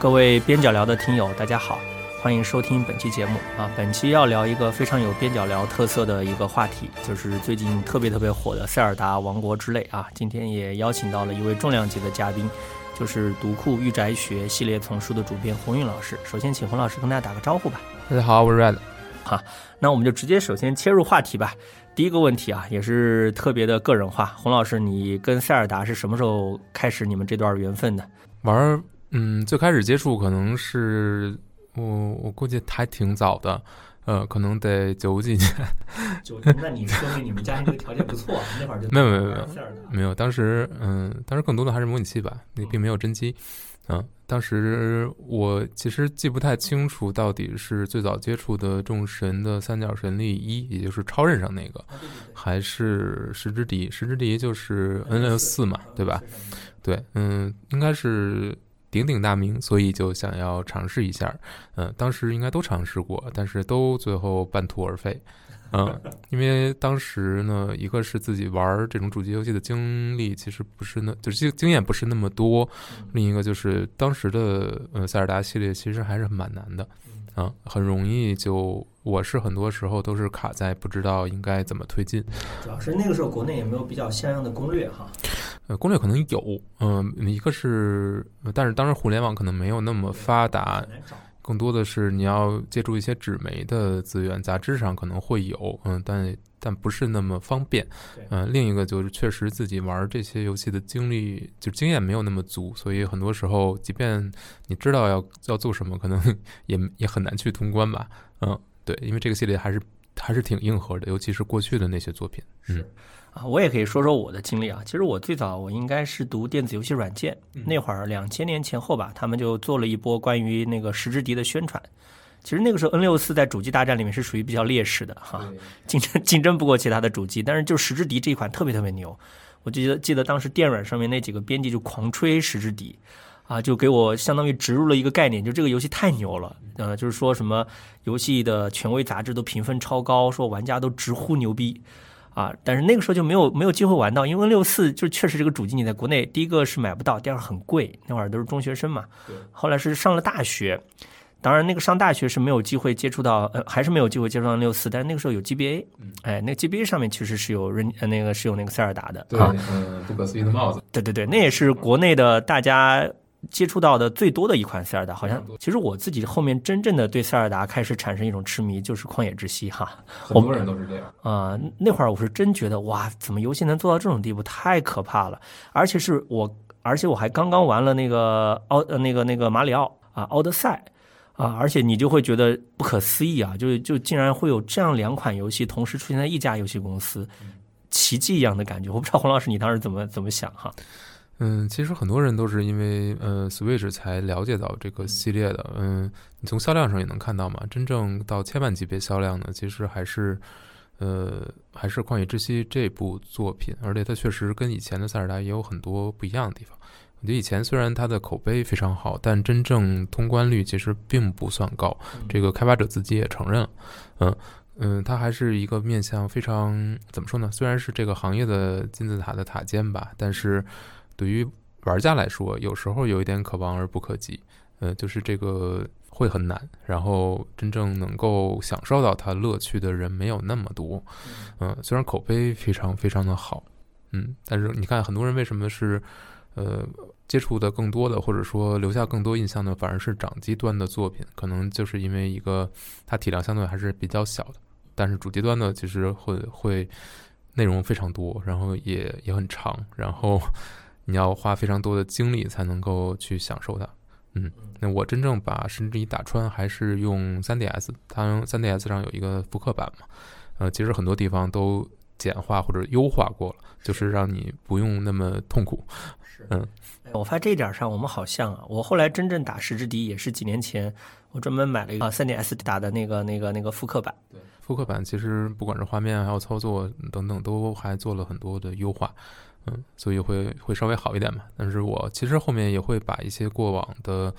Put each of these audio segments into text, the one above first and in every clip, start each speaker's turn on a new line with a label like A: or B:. A: 各位边角聊的听友，大家好，欢迎收听本期节目啊！本期要聊一个非常有边角聊特色的一个话题，就是最近特别特别火的《塞尔达王国之泪》啊！今天也邀请到了一位重量级的嘉宾，就是读库御宅学系列丛书的主编洪韵老师。首先，请洪老师跟大家打个招呼吧。
B: 大家好，我是 Red。
A: 好，那我们就直接首先切入话题吧。第一个问题啊，也是特别的个人化。洪老师，你跟塞尔达是什么时候开始你们这段缘分的？
B: 玩嗯，最开始接触可能是我我估计还挺早的，呃，可能得九几年。
A: 九零，那你说明你们家庭这个条件不错，啊那会儿就
B: 没有没有没有
A: 塞尔达
B: 没有，当时嗯，当时更多的还是模拟器吧，那并没有真机。嗯，当时我其实记不太清楚到底是最早接触的众神的三角神力一，也就是超任上那个，
A: 啊对对对
B: 还是石之笛。石之笛就是
A: 嗯
B: N 六四嘛，对吧？？对，嗯，应该是鼎鼎大名，所以就想要尝试一下儿。嗯，当时应该都尝试过，但是都最后半途而废。嗯，因为当时呢，一个是自己玩儿这种主机游戏的经历其实不是那，就是经经验不是那么多，
A: 嗯
B: 另一个就是当时的呃塞尔达系列其实还是蛮难的啊，很容易就我是很多时候都是卡在不知道应该怎么推进。
A: 主要是那个时候国内也没有比较像样的攻略哈。
B: 呃，攻略可能有，嗯、一个是，呃但是当时互联网可能没有那么发达
A: 很，难找。
B: 更多的是你要借助一些纸媒的资源，杂志上可能会有，嗯、但但不是那么方便
A: 对。
B: 嗯、另一个就是确实自己玩这些游戏的经历，就经验没有那么足，所以很多时候，即便你知道要要做什么，可能 也也很难去通关吧。嗯、对，因为这个系列还是还是挺硬核的，尤其是过去的那些作品。
A: 是啊，我也可以说说我的经历啊。其实我最早我应该是读电子游戏软件，那会儿两千年前后吧，他们就做了一波关于那个石之笛的宣传。其实那个时候 N 六四在主机大战里面是属于比较劣势的哈，竞争竞争不过其他的主机，但是就石之笛这一款特别特别牛。我就记得记得当时电软上面那几个编辑就狂吹石之笛，啊，就给我相当于植入了一个概念，就这个游戏太牛了，呃，就是说什么游戏的权威杂志都评分超高，说玩家都直呼牛逼。啊，但是那个时候就没有没有机会玩到，因为 N 六四就确实这个主机你在国内第一个是买不到，第二很贵，那会儿都是中学生嘛。后来是上了大学，当然那个上大学是没有机会接触到，呃，还是没有机会接触到六四，但是那个时候有 GBA，哎，那 GBA 上面其实是有任呃那个是有那个塞尔达的，啊，
B: 嗯，不可思议的帽子。
A: 对对对，那也是国内的大家接触到的最多的一款塞尔达。好像其实我自己后面真正的对塞尔达开始产生一种痴迷，就是《旷野之息》哈。
B: 很多人都是这样。
A: 啊、那会儿我是真觉得哇，怎么游戏能做到这种地步，太可怕了！而且是我，而且我还刚刚玩了那个奥呃那个那个马里奥啊，奥德赛啊，而且你就会觉得不可思议啊，就就竟然会有这样两款游戏同时出现在一家游戏公司。奇迹一样的感觉，我不知道洪老师你当时怎么怎么想哈？
B: 嗯，其实很多人都是因为呃 Switch 才了解到这个系列的。嗯，你从销量上也能看到嘛，真正到千万级别销量呢，其实还是呃还是《旷野之息》这部作品，而且它确实跟以前的塞尔达也有很多不一样的地方。我觉得以前虽然它的口碑非常好，但真正通关率其实并不算高，这个开发者自己也承认了。嗯嗯，它还是一个面向非常怎么说呢？虽然是这个行业的金字塔的塔尖吧，但是。对于玩家来说，有时候有一点可望而不可及，呃，就是这个会很难，然后真正能够享受到它乐趣的人没有那么多，嗯、虽然口碑非常非常的好，嗯，但是你看很多人为什么是，呃，接触的更多的或者说留下更多印象的反而是掌机端的作品，可能就是因为一个它体量相对还是比较小的，但是主机端的其实会会内容非常多，然后也也很长，然后。你要花非常多的精力才能够去享受它。嗯，那我真正把《甚至一打穿还是用 3DS，它 3DS 上有一个复刻版嘛，呃，其实很多地方都简化或者优化过了，就是让你不用那么痛苦。
A: 是
B: 嗯，
A: 哎，我发现这一点上我们好像啊，我后来真正打十之敌也是几年前，我专门买了一个三点 S 打的那个那个那个复刻版。
B: 复刻版其实不管是画面还有操作等等，都还做了很多的优化，嗯，所以会会稍微好一点嘛。但是我其实后面也会把一些过往的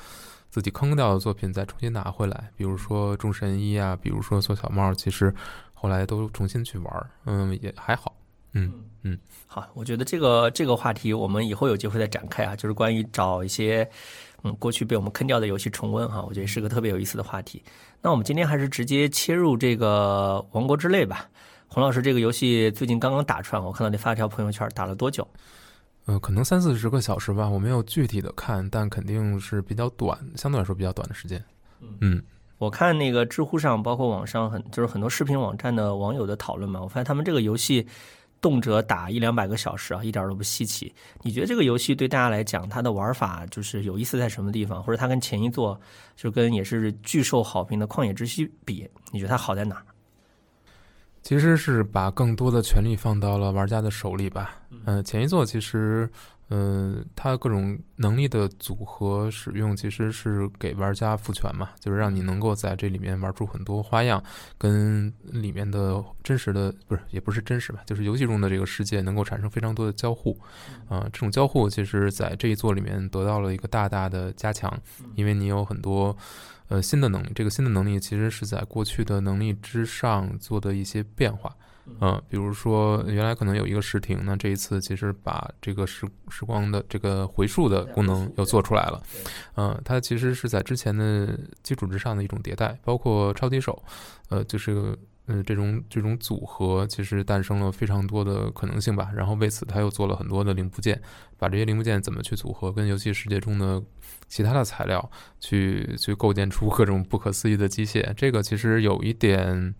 B: 自己坑掉的作品再重新拿回来，比如说《众神一》啊，比如说《缩小帽》，其实后来都重新去玩儿，嗯，也还好，嗯嗯，
A: 好，我觉得这个这个话题我们以后有机会再展开啊，就是关于找一些嗯过去被我们坑掉的游戏重温哈、我觉得是个特别有意思的话题。那我们今天还是直接切入这个《王国之泪》吧。洪老师，这个游戏最近刚刚打出来，我看到你发了条朋友圈，打了多久？
B: 呃，可能三四十个小时吧，我没有具体的看，但肯定是比较短，相对来说比较短的时间。嗯，
A: 我看那个知乎上，包括网上很就是很多视频网站的网友的讨论嘛，我发现他们这个游戏动辄打一两百个小时啊，一点儿都不稀奇。你觉得这个游戏对大家来讲，它的玩法就是有意思在什么地方，或者它跟前一座就跟也是巨受好评的《旷野之息》比，你觉得它好在哪儿？
B: 其实是把更多的权利放到了玩家的手里吧。嗯、前一座其实，嗯、它各种能力的组合使用其实是给玩家赋权嘛，就是让你能够在这里面玩出很多花样，跟里面的真实的不是也不是真实吧，就是游戏中的这个世界能够产生非常多的交互。啊、这种交互其实在这一座里面得到了一个大大的加强，因为你有很多。呃，新的能力，这个新的能力其实是在过去的能力之上做的一些变化。嗯、比如说原来可能有一个时停，那这一次其实把这个时时光的这个回溯的功能又做出来了。嗯、它其实是在之前的基础之上的一种迭代，包括超级手，呃，就是。嗯，这种这种组合其实诞生了非常多的可能性吧。然后为此，他又做了很多的零部件，把这些零部件怎么去组合，跟游戏世界中的其他的材料去去构建出各种不可思议的机械。这个其实有一点，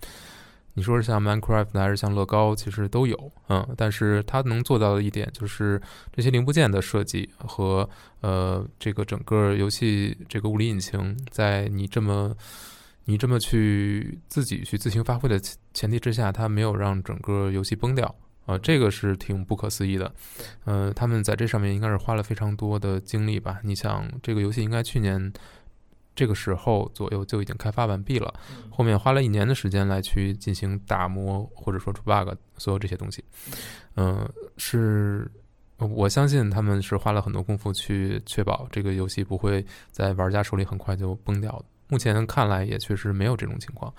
B: 你说是像 Minecraft 还是像乐高，其实都有。嗯，但是它能做到的一点就是这些零部件的设计和呃这个整个游戏这个物理引擎，在你这么你这么去自己去自行发挥的前前提之下，它没有让整个游戏崩掉。啊，这个是挺不可思议的，呃，他们在这上面应该是花了非常多的精力吧？你想，这个游戏应该去年这个时候左右就已经开发完毕了，后面花了一年的时间来去进行打磨或者说出 bug，所有这些东西，嗯、是呃我相信他们是花了很多功夫去确保这个游戏不会在玩家手里很快就崩掉的。目前看来也确实没有这种情况。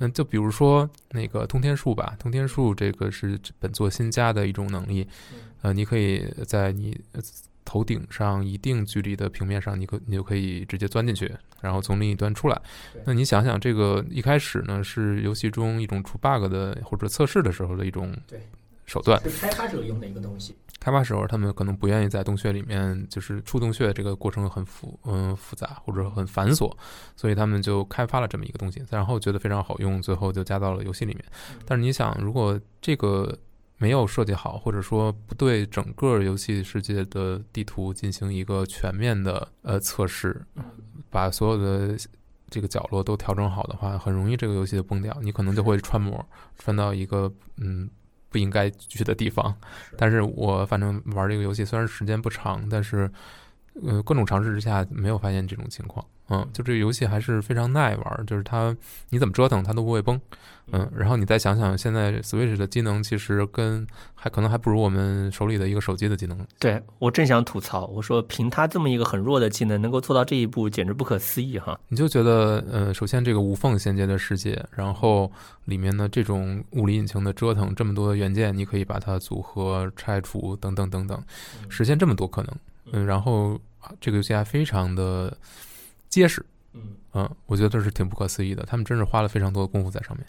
B: 嗯，就比如说那个通天术吧，通天术这个是本作新加的一种能力，呃，你可以在你呃头顶上一定距离的平面上，你可你就可以直接钻进去，然后从另一端出来。那你想想，这个一开始呢是游戏中一种出 bug 的或者测试的时候的一种
A: 对
B: 手段，
A: 是开发者用的一个东西。
B: 开发时候，他们可能不愿意在洞穴里面，就是触洞穴这个过程很复嗯复杂或者很繁琐，所以他们就开发了这么一个东西，然后觉得非常好用，最后就加到了游戏里面。但是你想，如果这个没有设计好，或者说不对整个游戏世界的地图进行一个全面的呃测试，把所有的这个角落都调整好的话，很容易这个游戏就崩掉，你可能就会穿模穿到一个嗯不应该去的地方。但是我反正玩这个游戏虽然时间不长，但是呃各种尝试之下没有发现这种情况。嗯，就这个游戏还是非常耐玩，就是它你怎么折腾它都不会崩。嗯，然后你再想想现在 Switch 的机能其实跟还可能还不如我们手里的一个手机的机能
A: 对我正想吐槽，我说凭他这么一个很弱的技能能够做到这一步，简直不可思议哈！
B: 你就觉得，呃，首先这个无缝衔接的世界，然后里面的这种物理引擎的折腾，这么多的元件，你可以把它组合、拆除等等等等，实现这么多可能。嗯，然后啊这个游戏还非常的结实。
A: 嗯
B: 嗯，我觉得这是挺不可思议的，他们真是花了非常多的功夫在上面。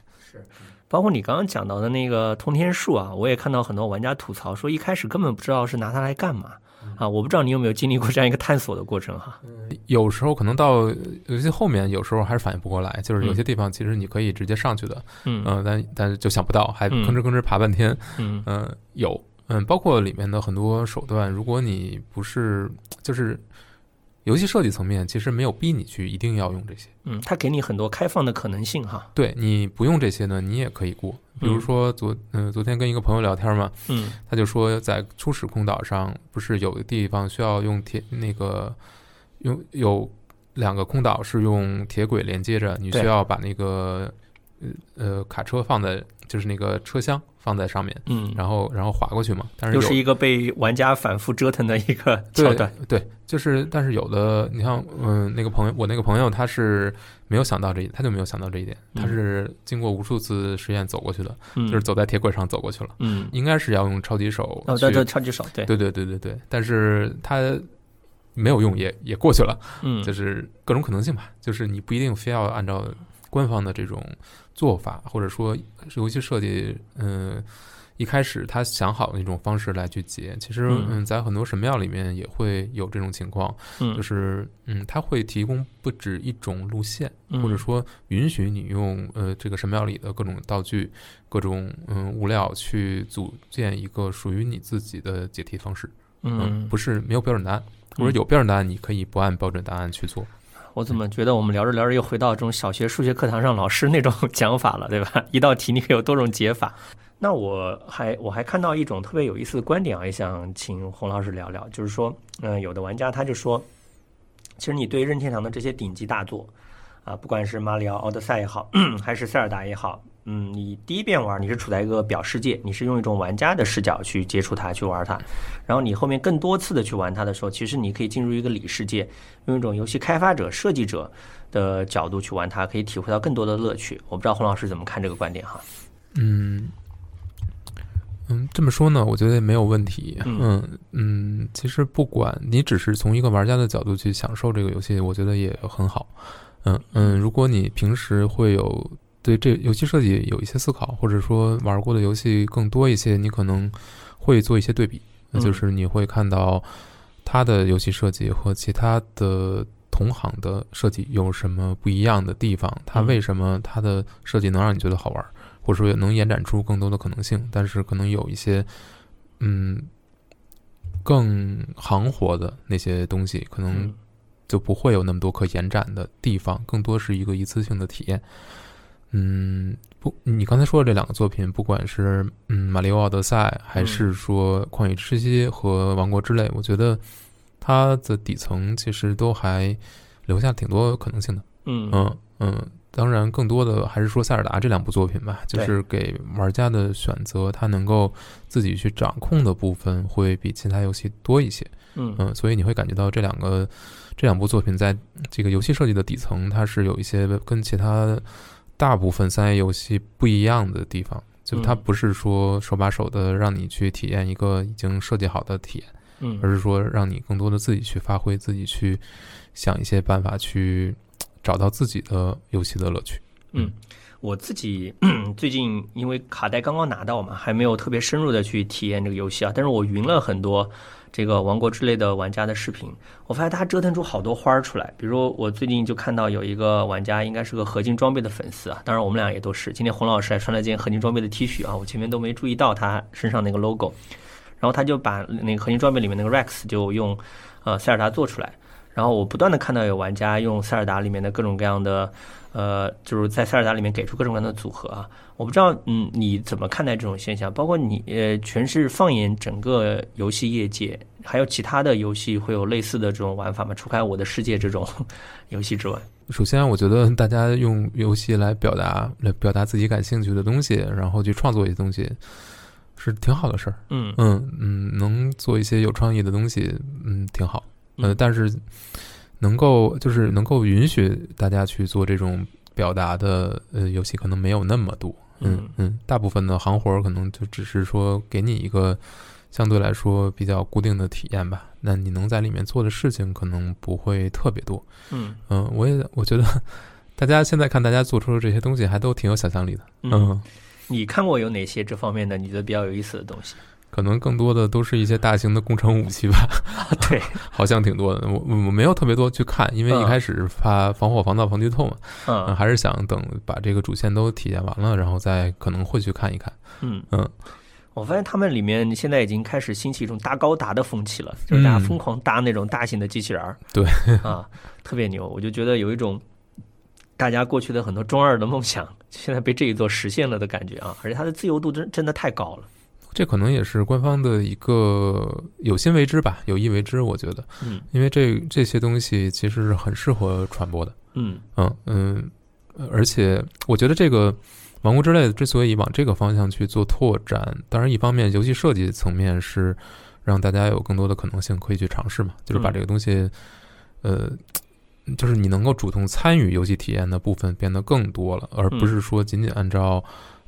A: 包括你刚刚讲到的那个通天术啊，我也看到很多玩家吐槽说，一开始根本不知道是拿它来干嘛啊！我不知道你有没有经历过这样一个探索的过程哈。
B: 有时候可能到呃游戏后面，有时候还是反应不过来，就是有些
A: 嗯
B: 地方其实你可以直接上去的，
A: 嗯
B: 嗯，但但是就想不到，还吭哧吭哧爬半天。
A: 嗯
B: 嗯，有，嗯，包括里面的很多手段，如果你不是就是游戏设计层面其实没有逼你去一定要用这些，
A: 嗯，它给你很多开放的可能性哈，
B: 对你不用这些呢，你也可以过。比如说昨嗯、昨天跟一个朋友聊天嘛，
A: 嗯
B: 他就说在初始空岛上不是有的地方需要用铁那个用有两个空岛是用铁轨连接着，你
A: 对
B: 需要把那个呃呃卡车放在就是那个车厢放在上面，
A: 嗯，
B: 然后然后划过去嘛。但是
A: 又
B: 有
A: 是一个被玩家反复折腾的一个桥段，
B: 对对，就是但是有的，你像嗯、那个朋友，我那个朋友他是没有想到这一，他就没有想到这一点，他
A: 嗯
B: 是经过无数次实验走过去的，
A: 嗯，
B: 就是走在铁轨上走过去了，
A: 嗯，
B: 应该是要用超级手
A: 哦，
B: 去，
A: 对对，超级少，对，
B: 对对对对对，但是他没有用，也也过去了，
A: 嗯
B: 就，是各种可能性吧，就是你不一定非要按照官方的这种做法，或者说游戏设计，嗯、一开始他想好的那种方式来去结，其实
A: 嗯
B: 嗯，在很多神庙里面也会有这种情况，就
A: 嗯
B: 是嗯，他会提供不止一种路线，
A: 嗯
B: 或者说允许你用呃这个神庙里的各种道具、各种嗯物料去组建一个属于你自己的解题方式，
A: 嗯，
B: 不是没有标准答案，或者
A: 嗯
B: 有标准答案你可以不按标准答案去做。
A: 我怎么觉得我们聊着聊着又回到这种小学数学课堂上老师那种 讲法了，对吧？一道题你可以有多种解法。那我还我还看到一种特别有意思的观点啊，也想请洪老师聊聊，就是说，嗯、有的玩家他就说，其实你对任天堂的这些顶级大作啊，不管是马里奥奥德赛也好， 还是塞尔达也好，嗯，你第一遍玩你是处在一个表世界，你是用一种玩家的视角去接触它、去玩它，然后你后面更多次的去玩它的时候，其实你可以进入一个里世界，用一种游戏开发者、设计者的角度去玩它，可以体会到更多的乐趣。我不知道洪老师怎么看这个观点哈？
B: 嗯，嗯，这么说呢，我觉得也没有问题。
A: 嗯
B: 嗯嗯，其实不管你只是从一个玩家的角度去享受这个游戏，我觉得也很好。嗯嗯，如果你平时会有对这游戏设计有一些思考，或者说玩过的游戏更多一些，你可能会做一些对比，那就
A: 嗯
B: 是你会看到它的游戏设计和其他的同行的设计有什么不一样的地方，它
A: 嗯
B: 为什么它的设计能让你觉得好玩？或者说也能延展出更多的可能性，但是可能有一些，嗯，更行活的那些东西，可能
A: 嗯
B: 就不会有那么多可延展的地方，更多是一个一次性的体验。嗯，不，你刚才说的这两个作品，不管是嗯《马里奥奥德赛》，还
A: 嗯
B: 是说《旷野之息》和《王国之泪》，我觉得它的底层其实都还留下挺多可能性的。
A: 嗯
B: 嗯嗯，当然，更多的还是说塞尔达这两部作品吧，就
A: 对
B: 是给玩家的选择，他能够自己去掌控的部分会比其他游戏多一些。
A: 嗯
B: 嗯，所以你会感觉到这两个这两部作品在这个游戏设计的底层，它是有一些跟其他大部分三 A 游戏不一样的地方。就它
A: 嗯
B: 不是说手把手的让你去体验一个已经设计好的体验，
A: 嗯
B: 而是说让你更多的自己去发挥，自己去想一些办法去嘖找到自己的游戏的乐趣。
A: 嗯，我自己 最近因为卡带刚刚拿到嘛，还没有特别深入的去体验这个游戏啊，但是我云了很多这个《王国》之类的玩家的视频，我发现他折腾出好多花儿出来。比如我最近就看到有一个玩家，应该是个合金装备的粉丝啊，当然我们俩也都是。今天洪老师还穿了件合金装备的 T 恤啊，我前面都没注意到他身上那个 logo，然后他就把那个合金装备里面那个 Rex 就用呃塞尔达做出来。然后我不断的看到有玩家用塞尔达里面的各种各样的呃，就是在塞尔达里面给出各种各样的组合啊。我不知道，嗯，你怎么看待这种现象？包括你，呃，全是放眼整个游戏业界，还有其他的游戏会有类似的这种玩法吗？除开《我的世界》这种 游戏之外，
B: 首先，我觉得大家用游戏来表达来表达自己感兴趣的东西，然后去创作一些东西，是挺好的事儿。
A: 嗯
B: 嗯嗯，能做一些有创意的东西，嗯，挺好。呃，
A: 嗯
B: 但是能够就是能够允许大家去做这种表达的呃游戏，可能没有那么多。嗯
A: 嗯
B: 嗯，大部分的行活儿可能就只是说给你一个相对来说比较固定的体验吧。那你能在里面做的事情可能不会特别多。
A: 嗯
B: 嗯，我也我觉得大家现在看大家做出的这些东西，还都挺有想象力的。嗯，
A: 你看过有哪些这方面的你觉得比较有意思的东西？嗯
B: 可能更多的都是一些大型的工程武器吧。
A: 对，
B: 好像挺多的。我我没有特别多去看，因为一
A: 嗯
B: 开始是怕防火、防盗、防剧透嘛，嗯
A: 嗯
B: 还是想等把这个主线都体验完了，然后再可能会去看一看。
A: 嗯
B: 嗯
A: 我发现他们里面现在已经开始兴起一种搭高达的风气了，就是大家疯狂搭那种大型的机器人 儿、
B: 对
A: 啊，特别牛。我就觉得有一种大家过去的很多中二的梦想，现在被这一座实现了的感觉啊！而且它的自由度真真的太高了。
B: 这可能也是官方的一个有心为之吧，有意为之，我觉得，
A: 嗯
B: 因为这这些东西其实是很适合传播的，
A: 嗯
B: 嗯嗯，呃而且我觉得这个《王国之泪》之所以往这个方向去做拓展，当然一方面游戏设计层面是让大家有更多的可能性可以去尝试嘛，就是把
A: 嗯
B: 这个东西，呃。就是你能够主动参与游戏体验的部分变得更多了，而不
A: 嗯
B: 是说仅仅按照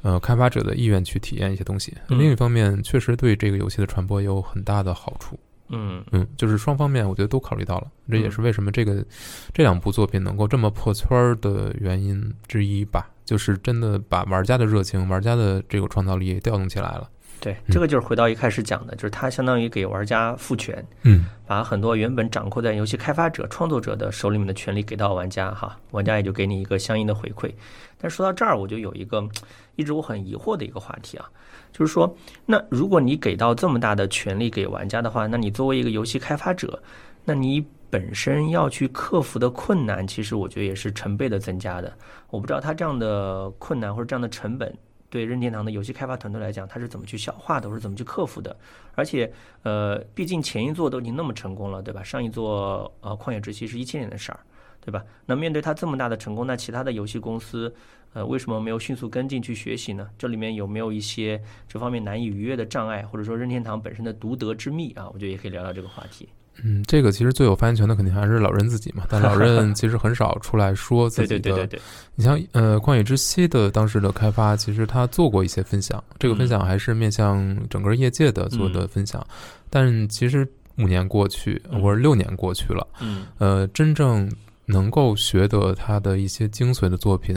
B: 呃开发者的意愿去体验一些东西。
A: 嗯
B: 另一方面，确实对这个游戏的传播有很大的好处。
A: 嗯
B: 嗯，就是双方面，我觉得都考虑到了，这也
A: 嗯
B: 是为什么这个这两部作品能够这么破圈儿的原因之一吧。就是真的把玩家的热情、玩家的这个创造力调动起来了。
A: 对，这个就是回到一开始讲的，就是它相当于给玩家赋权，
B: 嗯，
A: 把很多原本掌控在游戏开发者、创作者的手里面的权利给到玩家哈，玩家也就给你一个相应的回馈。但说到这儿，我就有一个一直我很疑惑的一个话题啊，就是说，那如果你给到这么大的权利给玩家的话，那你作为一个游戏开发者，那你本身要去克服的困难，其实我觉得也是成倍的增加的。我不知道他这样的困难或者这样的成本。对任天堂的游戏开发团队来讲，他是怎么去消化的，或者怎么去克服的？而且，呃，毕竟前一座都已经那么成功了，对吧？上一座呃《旷野之息》是一七年的事儿，对吧？那面对它这么大的成功，那其他的游戏公司，呃，为什么没有迅速跟进去学习呢？这里面有没有一些这方面难以逾越的障碍，或者说任天堂本身的独得之秘啊？我觉得也可以聊聊这个话题。
B: 嗯，这个其实最有发言权的肯定还是老任自己嘛，但老任其实很少出来 说自
A: 对
B: 己
A: 对
B: 的。
A: 对对对，
B: 你像呃，《旷野之息》的当时的开发，其实他做过一些分享，这个分
A: 嗯
B: 享还是面向整个业界的做的
A: 嗯
B: 分享，但其实五年过去
A: 嗯
B: 或者六年过去了，
A: 嗯
B: 呃，真正能够学得他的一些精髓的作品。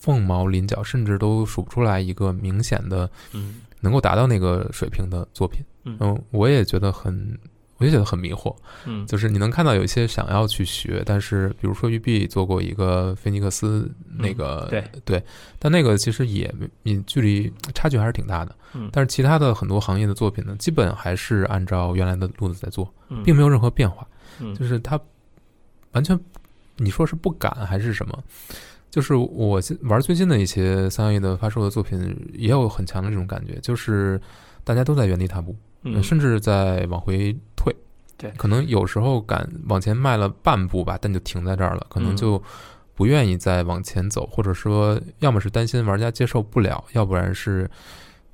B: 凤毛麟角，甚至都数不出来一个明显的
A: 嗯
B: 能够达到那个水平的作品。
A: 嗯
B: 嗯，我也觉得很，我也觉得很迷惑。
A: 嗯，
B: 就是你能看到有一些想要去学，但是比如说育碧做过一个菲尼克斯那个，
A: 嗯对
B: 对，但那个其实也也距离差距还是挺大的。
A: 嗯
B: 但是其他的很多行业的作品呢，基本还是按照原来的路子在做，
A: 嗯
B: 并没有任何变化。
A: 嗯
B: 就是他完全，你说是不敢还是什么？就是我现玩最近的一些三 A 的发售的作品，也有很强的这种感觉，就是大家都在原地踏步。
A: 嗯
B: 呃甚至在往回退。
A: 对
B: 可能有时候敢往前迈了半步吧，但就停在这儿了，可能
A: 嗯
B: 就不愿意再往前走，或者说，要么是担心玩家接受不了，要不然是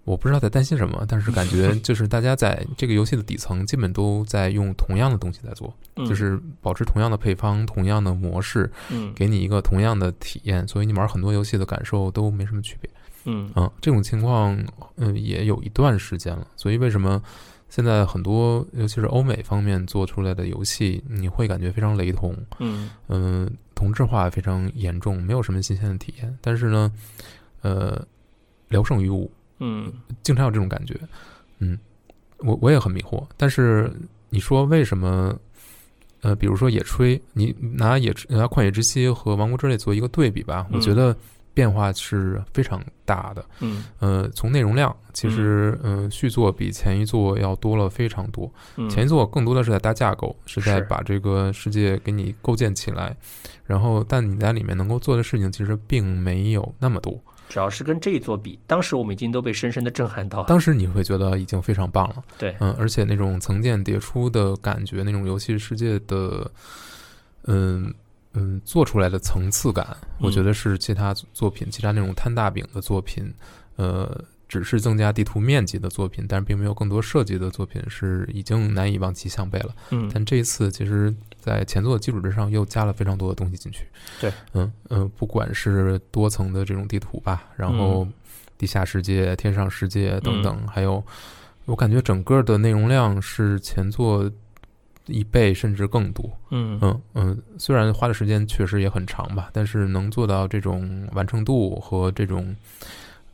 B: 我不知道在担心什么，但是感 觉就是大家在这个游戏的底层基本都在用同样的东西在做，
A: 嗯
B: 就是保持同样的配方、同样的模式，
A: 嗯
B: 给你一个同样的体验，所以你玩很多游戏的感受都没什么区别。
A: 嗯
B: 啊，这种情况，嗯、也有一段时间了。所以为什么现在很多，尤其是欧美方面做出来的游戏，你会感觉非常雷同，
A: 嗯
B: 嗯、同质化非常严重，没有什么新鲜的体验。但是呢，呃，聊胜于无，
A: 嗯
B: 经常有这种感觉。嗯，我我也很迷惑。但是你说为什么？呃，比如说野炊，你拿野炊拿旷野之息和王国之泪做一个对比吧，我觉
A: 嗯
B: 得变化是非常大的。
A: 嗯
B: 呃，从内容量，其实嗯、呃，续作比前一作要多了非常多。
A: 嗯，
B: 前一作更多的是在搭架构，是在
A: 是
B: 把这个世界给你构建起来，然后但你在里面能够做的事情其实并没有那么多。
A: 主要是跟这一座比，当时我们已经都被深深的震撼到了。
B: 当时你会觉得已经非常棒了，
A: 对
B: 嗯，而且那种层见叠出的感觉，那种游戏世界的，嗯嗯，做出来的层次感，我觉得是其他作品，其他那种摊大饼的作品，呃，只是增加地图面积的作品，但是并没有更多设计的作品是已经难以望其项背了。
A: 嗯
B: 但这一次，其实在前作的基础之上，又加了非常多的东西进去。
A: 对，
B: 嗯嗯、呃不管是多层的这种地图吧，然后地下世界、天上世界等等，还有我感觉整个的内容量是前作一倍甚至更多。
A: 嗯
B: 嗯嗯，虽然花的时间确实也很长吧，但是能做到这种完成度和这种。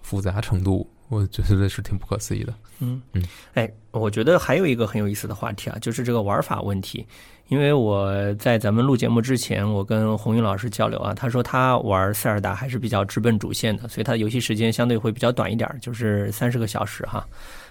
B: 复杂程度，我觉得是挺不可思议的。
A: 嗯
B: 嗯，
A: 哎，我觉得还有一个很有意思的话题啊，就是这个玩法问题。因为我在咱们录节目之前，我跟红云老师交流啊，他说他玩塞尔达还是比较直奔主线的，所以他的游戏时间相对会比较短一点儿，就是三十个小时哈。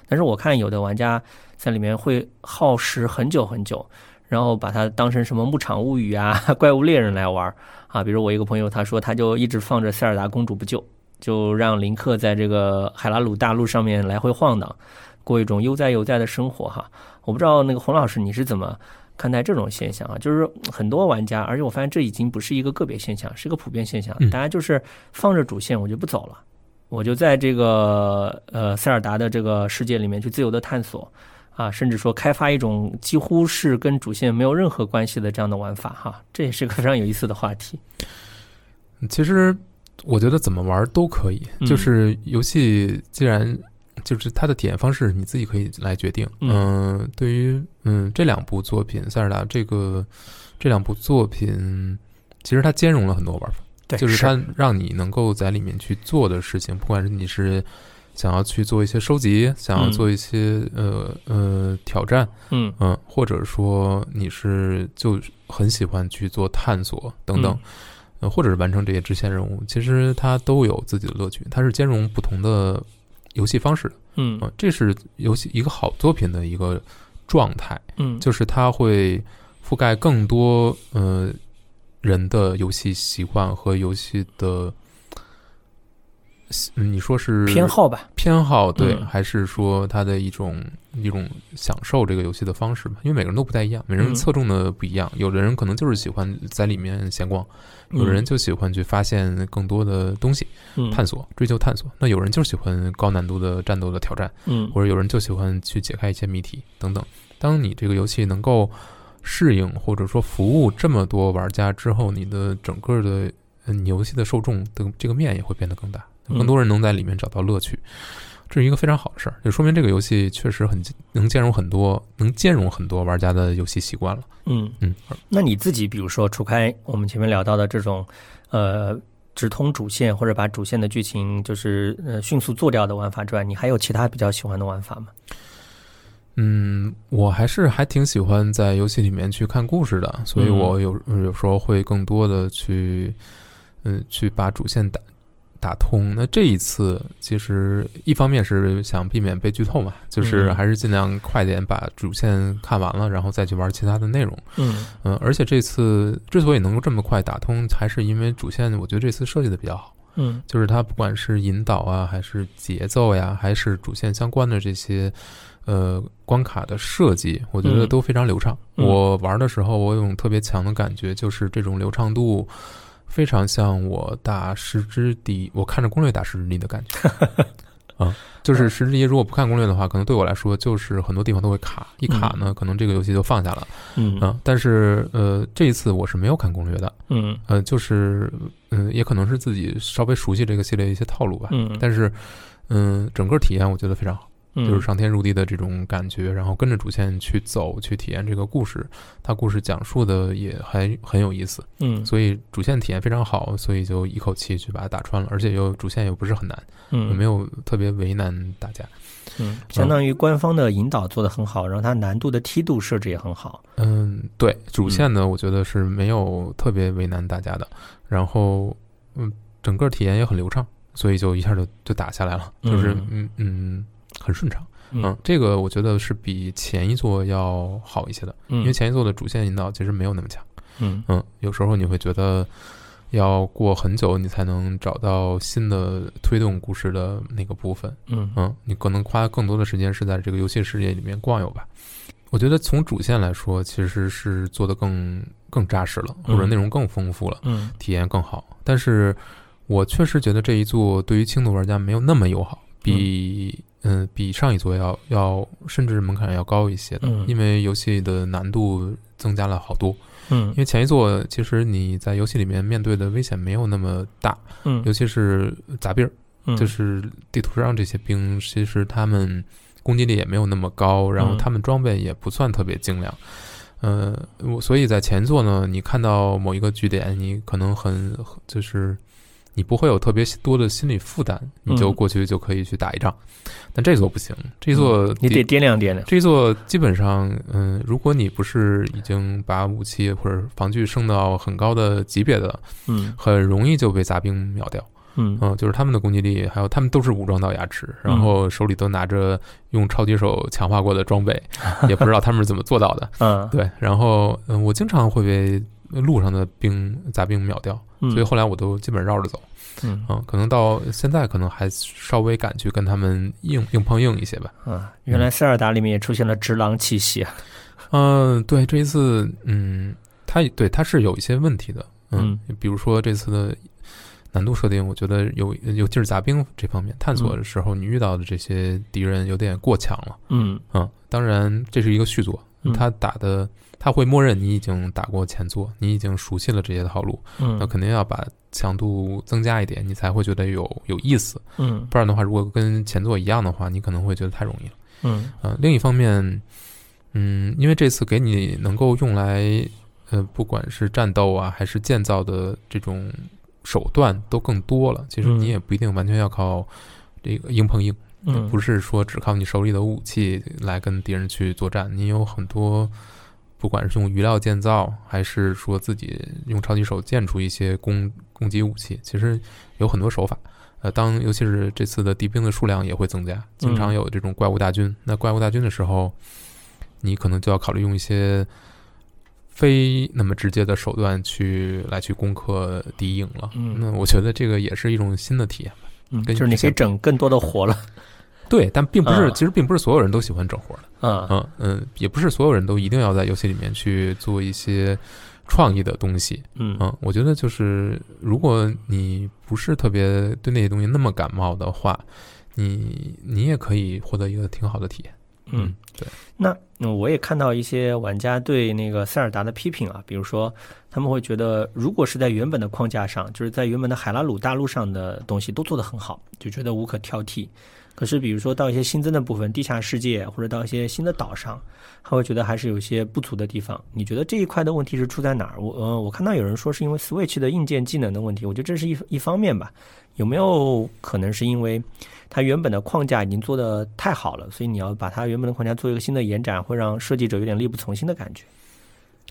A: 但是我看有的玩家在里面会耗时很久很久，然后把它当成什么牧场物语啊、 怪物猎人来玩儿啊。比如我一个朋友，他说他就一直放着塞尔达公主不救，就让林克在这个海拉鲁大陆上面来回晃荡，过一种悠哉悠哉的生活哈。我不知道那个洪老师你是怎么看待这种现象啊？就是很多玩家，而且我发现这已经不是一个个别现象，是一个普遍现象
B: 嗯。
A: 大家就是放着主线我就不走了，我就在这个呃塞尔达的这个世界里面去自由的探索。啊，甚至说开发一种几乎是跟主线没有任何关系的这样的玩法哈，这也是个非常有意思的话题。
B: 其实我觉得怎么玩都可以，
A: 嗯
B: 就是游戏既然就是它的体验方式，你自己可以来决定。
A: 嗯
B: 嗯、对于嗯这两部作品，塞尔达这个这两部作品，其实它兼容了很多玩法，
A: 对
B: 就是它让你能够在里面去做的事情，不管是你是。想要去做一些收集，想要
A: 嗯
B: 做一些、呃呃挑战，
A: 嗯
B: 嗯，或者说你是就很喜欢去做探索等
A: 嗯
B: 等，呃，或者是完成这些支线任务，其实它都有自己的乐趣，它是兼容不同的游戏方式的，
A: 嗯
B: 嗯，这是游戏一个好作品的一个状态，
A: 嗯，
B: 就是它会覆盖更多呃人的游戏习惯和游戏的，嗯你说是
A: 偏好吧。
B: 偏好对，
A: 嗯
B: 还是说他的一种一种享受这个游戏的方式吧？因为每个人都不太一样，每个人
A: 嗯
B: 侧重的不一样。有的人可能就是喜欢在里面闲逛，有的人就喜欢去发现更多的东西，
A: 嗯
B: 探索、追求探索。那有人就喜欢高难度的战斗的挑战，
A: 嗯
B: 或者有人就喜欢去解开一些谜题等等。当你这个游戏能够适应或者说服务这么多玩家之后，你的整个的呃你游戏的受众的这个面也会变得更大，
A: 嗯
B: 更多人能在里面找到乐趣。这是一个非常好的事儿，就说明这个游戏确实很能兼容很多，能兼容很多玩家的游戏习惯了。
A: 嗯
B: 嗯，
A: 那你自己比如说，除开我们前面聊到的这种，呃，直通主线或者把主线的剧情就是呃迅速做掉的玩法之外，你还有其他比较喜欢的玩法吗？
B: 嗯，我还是还挺喜欢在游戏里面去看故事的，所以
A: 嗯
B: 我有有时候会更多的去，嗯，去把主线打打通。那这一次其实一方面是想避免被剧透嘛，就是
A: 嗯
B: 还是尽量快点把主线看完了，然后再去玩其他的内容。
A: 嗯
B: 嗯，而且这次之所以能够这么快打通，还是因为主线我觉得这次设计的比较好。
A: 嗯
B: 就是它不管是引导啊，还是节奏呀，还是主线相关的这些呃关卡的设计，我觉得
A: 嗯
B: 都非常流畅。
A: 嗯
B: 我玩的时候，我有种特别强的感觉，就是这种流畅度。非常像我打十之敌，我看着攻略打十之敌的感 觉，啊，就是
A: 嗯
B: 十之敌如果不看攻略的话，可能对我来说就是很多地方都会卡，一卡呢，可能这个游戏就放下了
A: 嗯
B: 啊。但是呃，这一次我是没有看攻略的，
A: 嗯
B: 呃，就是嗯、也可能是自己稍微熟悉这个系列一些套路吧。
A: 嗯，
B: 但是，嗯、整个体验我觉得非常好，就是
A: 上
B: 上天入地的这种感觉，然后跟着主线去走，去体验这个故事。它故事讲述的也还很有意思，
A: 嗯
B: 所以主线体验非常好，所以就一口气去把它打穿了，而且又主线又不是很难，
A: 嗯
B: 也没有特别为难大家。
A: 嗯，相当于官方的引导做得很好，然后它难度的梯度设置也很好。
B: 嗯，对，主线呢，我觉得是没有特别为难大家的，然后嗯，整个体验也很流畅，所以就一下就就打下来了，就是
A: 嗯
B: 嗯嗯很顺畅，
A: 嗯
B: 这个我觉得是比前一座要好一些的，因为
A: 嗯
B: 前一座的主线引导其实没有那么强，
A: 嗯
B: 嗯，有时候你会觉得要过很久你才能找到新的推动故事的那个部分，
A: 嗯
B: 嗯，你可能花更多的时间是在这个游戏世界里面逛悠吧。我觉得从主线来说，其实是做的更更扎实了，或者
A: 嗯
B: 内容更丰富了，
A: 嗯
B: 体验更好。但是我确实觉得这一座对于轻度玩家没有那么友好，比嗯、比上一座要要甚至门槛要高一些的，
A: 嗯
B: 因为游戏的难度增加了好多。
A: 嗯
B: 因为前一座其实你在游戏里面面对的危险没有那么大，
A: 嗯
B: 尤其是杂兵儿。
A: 嗯，
B: 就是地图上这些兵，其实他们攻击力也没有那么高，然后
A: 嗯
B: 他们装备也不算特别精良。呃，我所以在前作呢，你看到某一个据点，你可能很就是。你不会有特别多的心理负担，你就
A: 嗯
B: 过去就可以去打一仗。但这座不行，这座
A: 嗯你得
B: 的
A: 掂量掂量。
B: 这座基本上，嗯，如果你不是已经把武器或者防具升到很高的级别的，
A: 嗯
B: 很容易就被杂兵秒掉。
A: 嗯
B: 嗯，就是他们的攻击力，还有他们都是武装到牙齿，然后手里都拿着用超级手强化过的装备，也不知道他们是怎么做到的。
A: 嗯
B: 对，然后嗯，我经常会被路上的兵杂兵秒掉，
A: 嗯，
B: 所以后来我都基本绕着走。
A: 嗯
B: 嗯，可能到现在可能还稍微敢去跟他们硬硬碰硬一些吧。
A: 啊，原来塞尔达里面也出现了直狼气息啊。
B: 嗯，对，这一次，嗯，它对它是有一些问题的，嗯，比如说这次的难度设定，我觉得有，尤其是杂兵这方面探索的时候，你遇到的这些敌人有点过强了，
A: 嗯
B: 嗯，当然这是一个续作，
A: 嗯
B: 他打的他会默认你已经打过前作，你已经熟悉了这些套路，那
A: 嗯
B: 肯定要把强度增加一点，你才会觉得有有意思，
A: 嗯
B: 不然的话，如果跟前作一样的话，你可能会觉得太容易了。
A: 嗯
B: 呃，另一方面，嗯，因为这次给你能够用来，呃，不管是战斗啊，还是建造的这种手段都更多了。其实
A: 嗯
B: 你也不一定完全要靠这个硬碰硬，
A: 嗯，
B: 不
A: 是
B: 是说只靠你手里的武器来跟敌人去作战。你有很多，不管是用鱼料建造，还是说自己用超级手建出一些攻攻击武器，其实有很多手法。呃，当尤其是这次的敌兵的数量也会增加，经常
A: 嗯
B: 有这种怪物大军。那怪物大军的时候，你可能就要考虑用一些非那么直接的手段去来去攻克敌营了。
A: 嗯
B: 那我觉得这个也是一种新的体验。
A: 嗯，
B: 跟
A: 就是你
B: 之
A: 可以
B: 前
A: 整更多的活了。
B: 对，但并不是，
A: 啊
B: 其实并不是所有人都喜欢整活的。
A: 啊
B: 嗯嗯，也不是所有人都一定要在游戏里面去做一些创意的东西。
A: 嗯
B: 嗯，我觉得就是如果你不是特别对那些东西那么感冒的话，你你也可以获得一个挺好的体验。
A: 嗯。，
B: 对，
A: 那嗯我也看到一些玩家对那个塞尔达的批评啊，比如说他们会觉得，如果是在原本的框架上，就是在原本的海拉鲁大陆上的东西都做得很好，就觉得无可挑剔。可是，比如说到一些新增的部分，地下世界啊或者到一些新的岛上，他会觉得还是有一些不足的地方。你觉得这一块的问题是出在哪儿？我呃，我看到有人说是因为 Switch 的硬件技能的问题，我觉得这是一一方面吧。有没有可能是因为它原本的框架已经做的太好了，所以你要把它原本的框架做一个新的延展，会让设计者有点力不从心的感觉。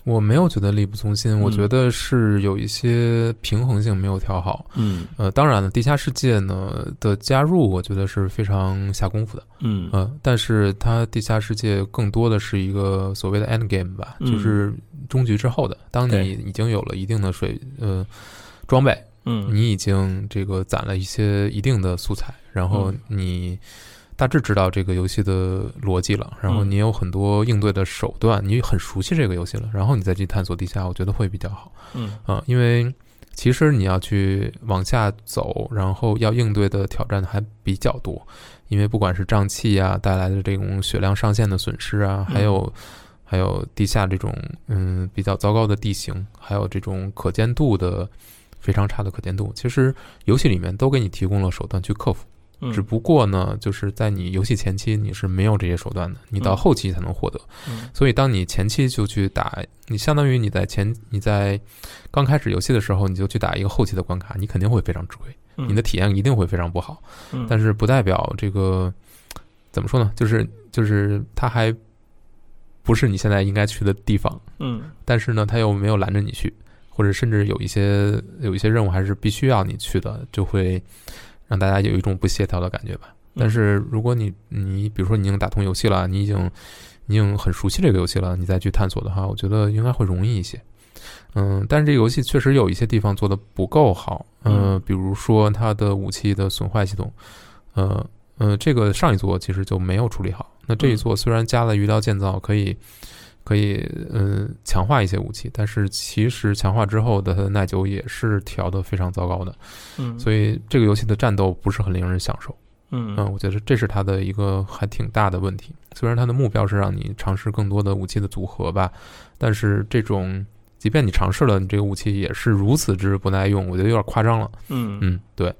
B: 我没有觉得力不从心，
A: 嗯
B: 我觉得是有一些平衡性没有调好。
A: 嗯
B: 呃，当然了，地下世界呢的加入，我觉得是非常下功夫的。
A: 嗯
B: 嗯，但是它地下世界更多的是一个所谓的 end game 吧，
A: 嗯
B: 就是终局之后的。当
A: 对
B: 你已经有了一定的水呃装备，
A: 嗯
B: 你已经这个攒了一些一定的素材，然后
A: 嗯
B: 你大致知道这个游戏的逻辑了，然后
A: 嗯
B: 你有很多应对的手段，你很熟悉这个游戏了，然后你再去探索地下，我觉得会比较好
A: 嗯
B: 啊、因为。其实你要去往下走，然后要应对的挑战还比较多，因为不管是瘴气啊带来的这种血量上限的损失啊，还
A: 嗯
B: 有、还有地下这种嗯比较糟糕的地形，还有这种可见度的非常差的可见度，其实游戏里面都给你提供了手段去克服，
A: 嗯
B: 只不过呢，就是在你游戏前期你是没有这些手段的，你到
A: 嗯
B: 后期才能获得。
A: 嗯
B: 所以当你前期就去打，你相当于你在前你在刚开始游戏的时候你就去打一个后期的关卡，你肯定会非常吃亏，
A: 嗯
B: 你的体验一定会非常不好。
A: 嗯
B: 但是不代表这个怎么说呢？就是就是它还不是你现在应该去的地方，
A: 嗯
B: 但是呢，它又没有拦着你去，或者甚至有一些有一些任务还是必须要你去的，就会让大家有一种不协调的感觉吧。
A: 嗯
B: 但是如果你你比如说你已经打通游戏了，你已经你已经很熟悉这个游戏了，你再去探索的话，我觉得应该会容易一些。嗯，但是这个游戏确实有一些地方做的不够好，呃，
A: 嗯
B: 比如说它的武器的损坏系统，呃呃，这个上一座其实就没有处理好。那这一
A: 嗯
B: 座虽然加了鱼料建造，可以可以呃强化一些武器，但是其实强化之后的它的耐久也是调的非常糟糕的，
A: 嗯
B: 所以这个游戏的战斗不是很令人享受。
A: 嗯
B: 嗯，我觉得这是它的一个还挺大的问题。虽然它的目标是让你尝试更多的武器的组合吧，但是这种即便你尝试了，你这个武器也是如此之不耐用，我觉得有点夸张了。
A: 嗯
B: 嗯，对。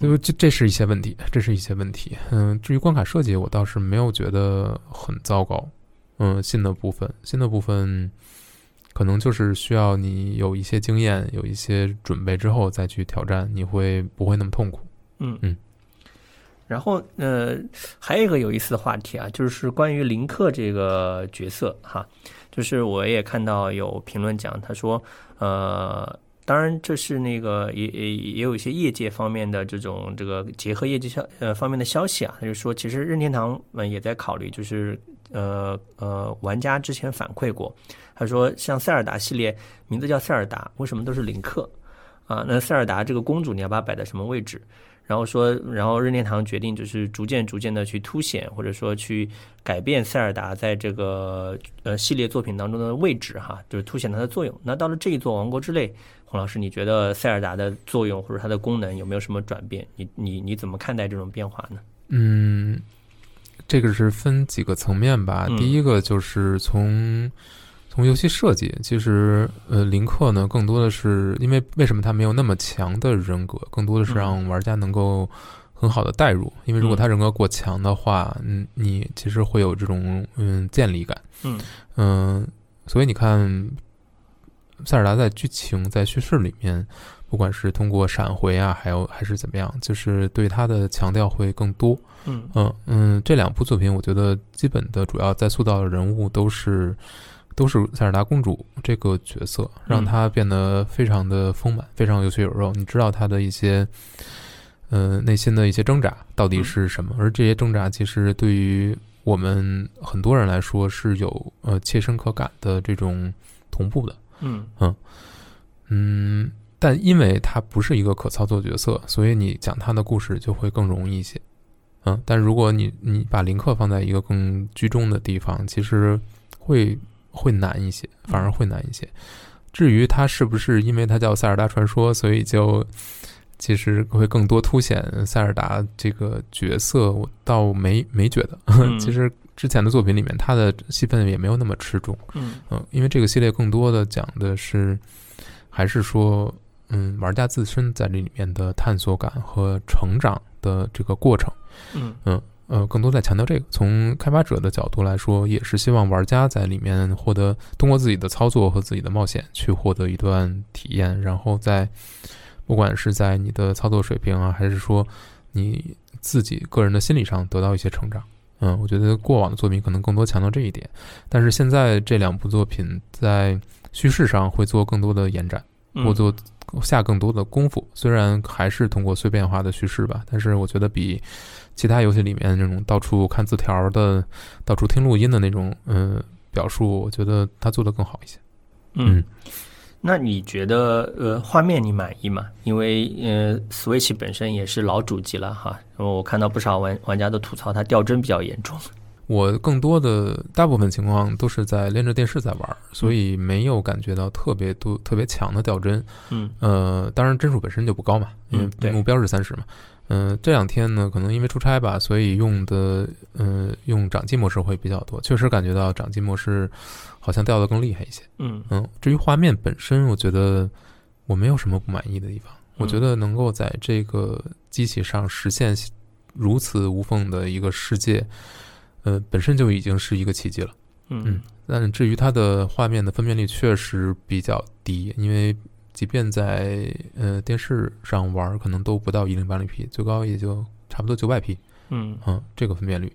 B: 因为这这是一些问题，这是一些问题。嗯，至于关卡设计，我倒是没有觉得很糟糕。嗯，新的部分，新的部分可能就是需要你有一些经验、有一些准备之后再去挑战，你会不会那么痛苦？
A: 嗯
B: 嗯。
A: 然后呃，还有一个有意思的话题啊，就是关于林克这个角色哈，就是我也看到有评论讲，他说呃。当然，这是那个也也也有一些业界方面的这种这个结合业界消呃方面的消息啊，他就说其实任天堂们也在考虑，就是呃呃玩家之前反馈过，他说像塞尔达系列名字叫塞尔达，为什么都是林克啊？那塞尔达这个公主你要把它摆在什么位置？然后说，然后任天堂决定就是逐渐逐渐的去凸显或者说去改变塞尔达在这个呃系列作品当中的位置哈，就是凸显它的作用。那到了这一座《王国之泪》，洪老师，你觉得塞尔达的作用或者它的功能有没有什么转变？你你你怎么看待这种变化呢？
B: 嗯，这个是分几个层面吧。
A: 嗯
B: 第一个就是从从游戏设计，其实呃，林克呢，更多的是因为为什么他没有那么强的人格，更多的是
A: 嗯
B: 让玩家能够很好的代入。因为如果
A: 嗯
B: 他人格过强的话，嗯，你其实会有这种嗯建立感。
A: 嗯
B: 嗯，所以你看，塞尔达在剧情、在叙事里面，不管是通过闪回啊，还有还是怎么样，就是对它的强调会更多。
A: 嗯
B: 嗯嗯，这两部作品，我觉得基本的主要在塑造的人物都是都是塞尔达公主这个角色，让
A: 嗯
B: 她变得非常的丰满，非常有血有肉。你知道她的一些。呃，内心的一些挣扎到底
A: 嗯
B: 是什么？而这些挣扎其实对于我们很多人来说是有呃切身可感的这种同步的。
A: 嗯
B: 嗯，但因为它不是一个可操作角色，所以你讲它的故事就会更容易一些。嗯，但如果你你把林克放在一个更居中的地方，其实会会难一些，反而会难一些。至于它是不是因为它叫塞尔达传说，所以就其实会更多凸显塞尔达这个角色，我倒没没觉得。
A: 嗯
B: 其实之前的作品里面，它的戏份也没有那么吃重。
A: 嗯
B: 嗯，因为这个系列更多的讲的是，还是说，嗯，玩家自身在这里面的探索感和成长的这个过程，
A: 嗯
B: 呃，更多在强调这个。从开发者的角度来说，也是希望玩家在里面获得通过自己的操作和自己的冒险去获得一段体验，然后在不管是在你的操作水平啊，还是说你自己个人的心理上得到一些成长。嗯，我觉得过往的作品可能更多强调这一点，但是现在这两部作品在叙事上会做更多的延展，
A: 嗯，
B: 或做下更多的功夫。虽然还是通过碎片化的叙事吧，但是我觉得比其他游戏里面那种到处看字条的、到处听录音的那种，嗯、表述，我觉得它做得更好一些。
A: 嗯
B: 嗯，
A: 那你觉得呃画面你满意吗？因为呃 Switch 本身也是老主机了哈，然后我看到不少玩玩家都吐槽它掉帧比较严重。
B: 我更多的大部分情况都是在连着电视在玩儿，所以没有感觉到特别多、特别强的掉帧。
A: 嗯
B: 呃，当然帧数本身就不高嘛，因
A: 嗯对
B: 为目标是三十嘛。嗯、这两天呢，可能因为出差吧，所以用的呃用掌机模式会比较多，确实感觉到掌机模式好像掉的更厉害一些。
A: 嗯
B: 嗯，至于画面本身，我觉得我没有什么不满意的地方。我
A: 嗯
B: 觉得能够在这个机器上实现如此无缝的一个世界，呃，本身就已经是一个奇迹了。
A: 嗯
B: 嗯但至于它的画面的分辨率确实比较低，因为即便在呃电视上玩儿，可能都不到一零八零 P，最高也就差不多九百 P，
A: 嗯
B: 嗯，这个分辨率。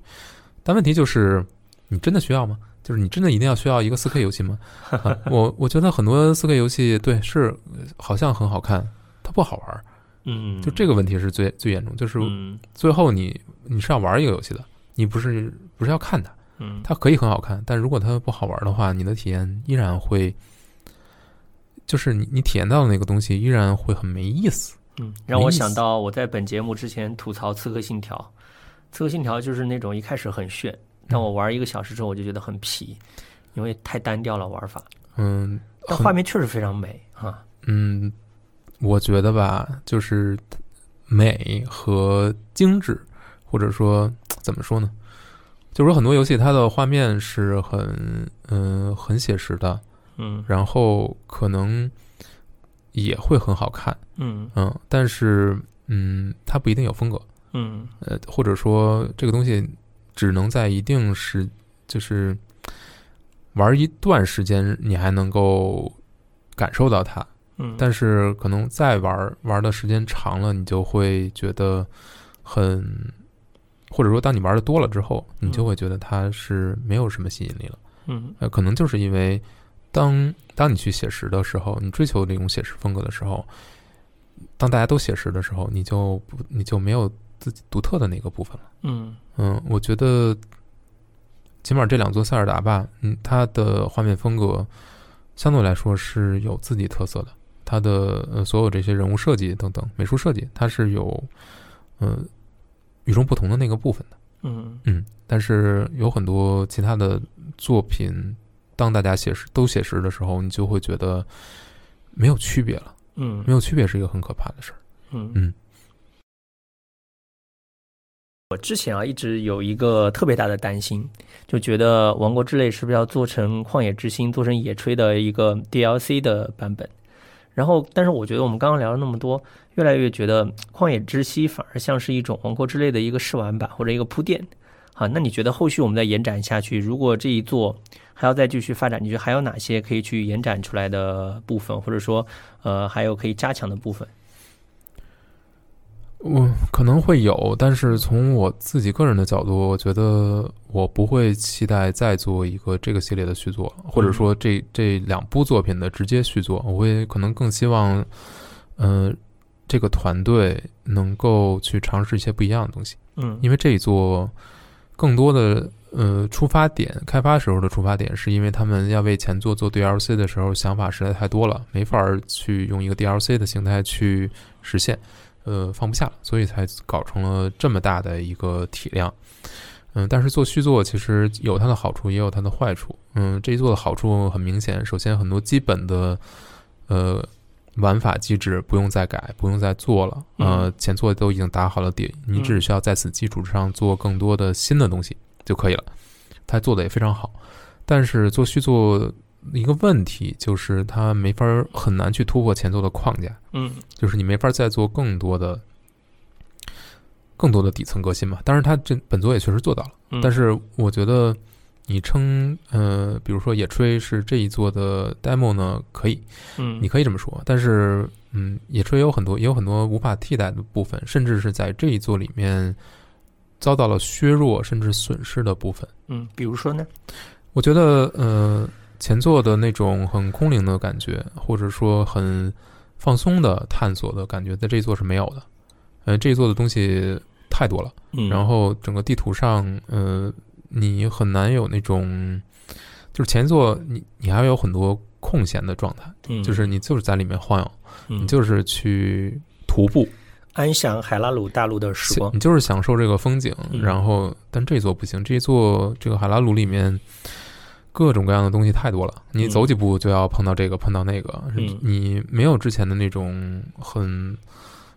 B: 但问题就是，你真的需要吗？就是你真的一定要需要一个四 K 游戏吗？啊我我觉得很多四 K 游戏对是呃好像很好看，它不好玩儿，
A: 嗯，
B: 就这个问题是最最严重，就是
A: 嗯
B: 最后你你是要玩一个游戏的，你不是不是要看它。
A: 嗯
B: 它可以很好看，但如果它不好玩的话，你的体验依然会，就是你你体验到的那个东西依然会很没意思。
A: 嗯，让我
B: 没意
A: 想
B: 思
A: 到我在本节目之前吐槽《刺客信条》，《刺客信条》就是那种一开始很炫，但我玩一个小时之后我就觉得很皮，因为太单调了玩法。
B: 嗯
A: 但
B: 很
A: 画面确实非常美啊，
B: 嗯，我觉得吧，就是美和精致，或者说怎么说呢？就是说很多游戏它的画面是很嗯、很写实的，
A: 嗯
B: 然后可能也会很好看，
A: 嗯
B: 嗯，但是嗯，它不一定有风格。
A: 嗯
B: 呃，或者说这个东西只能在一定时，就是玩一段时间，你还能够感受到它，
A: 嗯，
B: 但是可能再玩玩的时间长了，你就会觉得很，或者说当你玩的多了之后，你就会觉得它是没有什么吸引力了。
A: 嗯
B: 呃，可能就是因为当当你去写实的时候，你追求这种写实风格的时候，当大家都写实的时候，你就不你就没有自己独特的那个部分了。
A: 嗯
B: 嗯，我觉得起码这两座塞尔达吧，嗯，它的画面风格相对来说是有自己特色的，它的呃所有这些人物设计等等美术设计，它是有呃与众不同的那个部分的。
A: 嗯
B: 嗯，但是有很多其他的作品，当大家写实都写实的时候，你就会觉得没有区别了。
A: 嗯
B: 没有区别是一个很可怕的事儿。
A: 嗯
B: 嗯。
A: 我之前啊，一直有一个特别大的担心，就觉得《王国之泪》是不是要做成《旷野之心》、做成《野炊》的一个 DLC 的版本？然后，但是我觉得我们刚刚聊了那么多，越来越觉得《旷野之息》反而像是一种《王国之泪》的一个试玩版或者一个铺垫。好，那你觉得后续我们再延展下去，如果这一座还要再继续发展，你觉得还有哪些可以去延展出来的部分，或者说呃还有可以加强的部分？
B: 我嗯可能会有，但是从我自己个人的角度，我觉得我不会期待再做一个这个系列的续作，或者说这这两部作品的直接续作。我会可能更希望，嗯、这个团队能够去尝试一些不一样的东西，
A: 嗯，
B: 因为这一座更多的呃出发点，开发时候的出发点是因为他们要为前作做 DLC 的时候想法实在太多了，没法儿去用一个 DLC 的形态去实现。呃放不下了，所以才搞成了这么大的一个体量。嗯，但是做续作其实有它的好处，也有它的坏处。嗯，这一做的好处很明显，首先很多基本的呃玩法机制不用再改，不用再做了。呃，前作都已经打好了底，你只需要在此基础之上做更多的新的东西就可以了。它做的也非常好，但是做续作一个问题就是它没法儿很难去突破前作的框架。
A: 嗯
B: 就是你没法再做更多的、更多的底层革新嘛。当然，它这本作也确实做到了，
A: 嗯，
B: 但是我觉得你称呃，比如说野炊是这一座的 demo 呢，可以，
A: 嗯，
B: 你可以这么说。但是，嗯，野炊有很多也有很多无法替代的部分，甚至是在这一座里面遭到了削弱甚至损失的部分。
A: 嗯，比如说呢？
B: 我觉得，呃，前作的那种很空灵的感觉，或者说很放松的探索的感觉，在这一座是没有的。呃，这一座的东西太多了，
A: 嗯
B: 然后整个地图上，呃，你很难有那种，就是前作你你还有很多空闲的状态，
A: 嗯
B: 就是你就是在里面晃悠，
A: 你
B: 你就是去徒步，
A: 安享海拉鲁大陆的时光
B: 你，就是享受这个风景。
A: 嗯
B: 然后，但这一座不行，这一座这个海拉鲁里面各种各样的东西太多了，你
A: 嗯
B: 走几步就要碰到这个，碰到那个，
A: 嗯
B: 你没有之前的那种很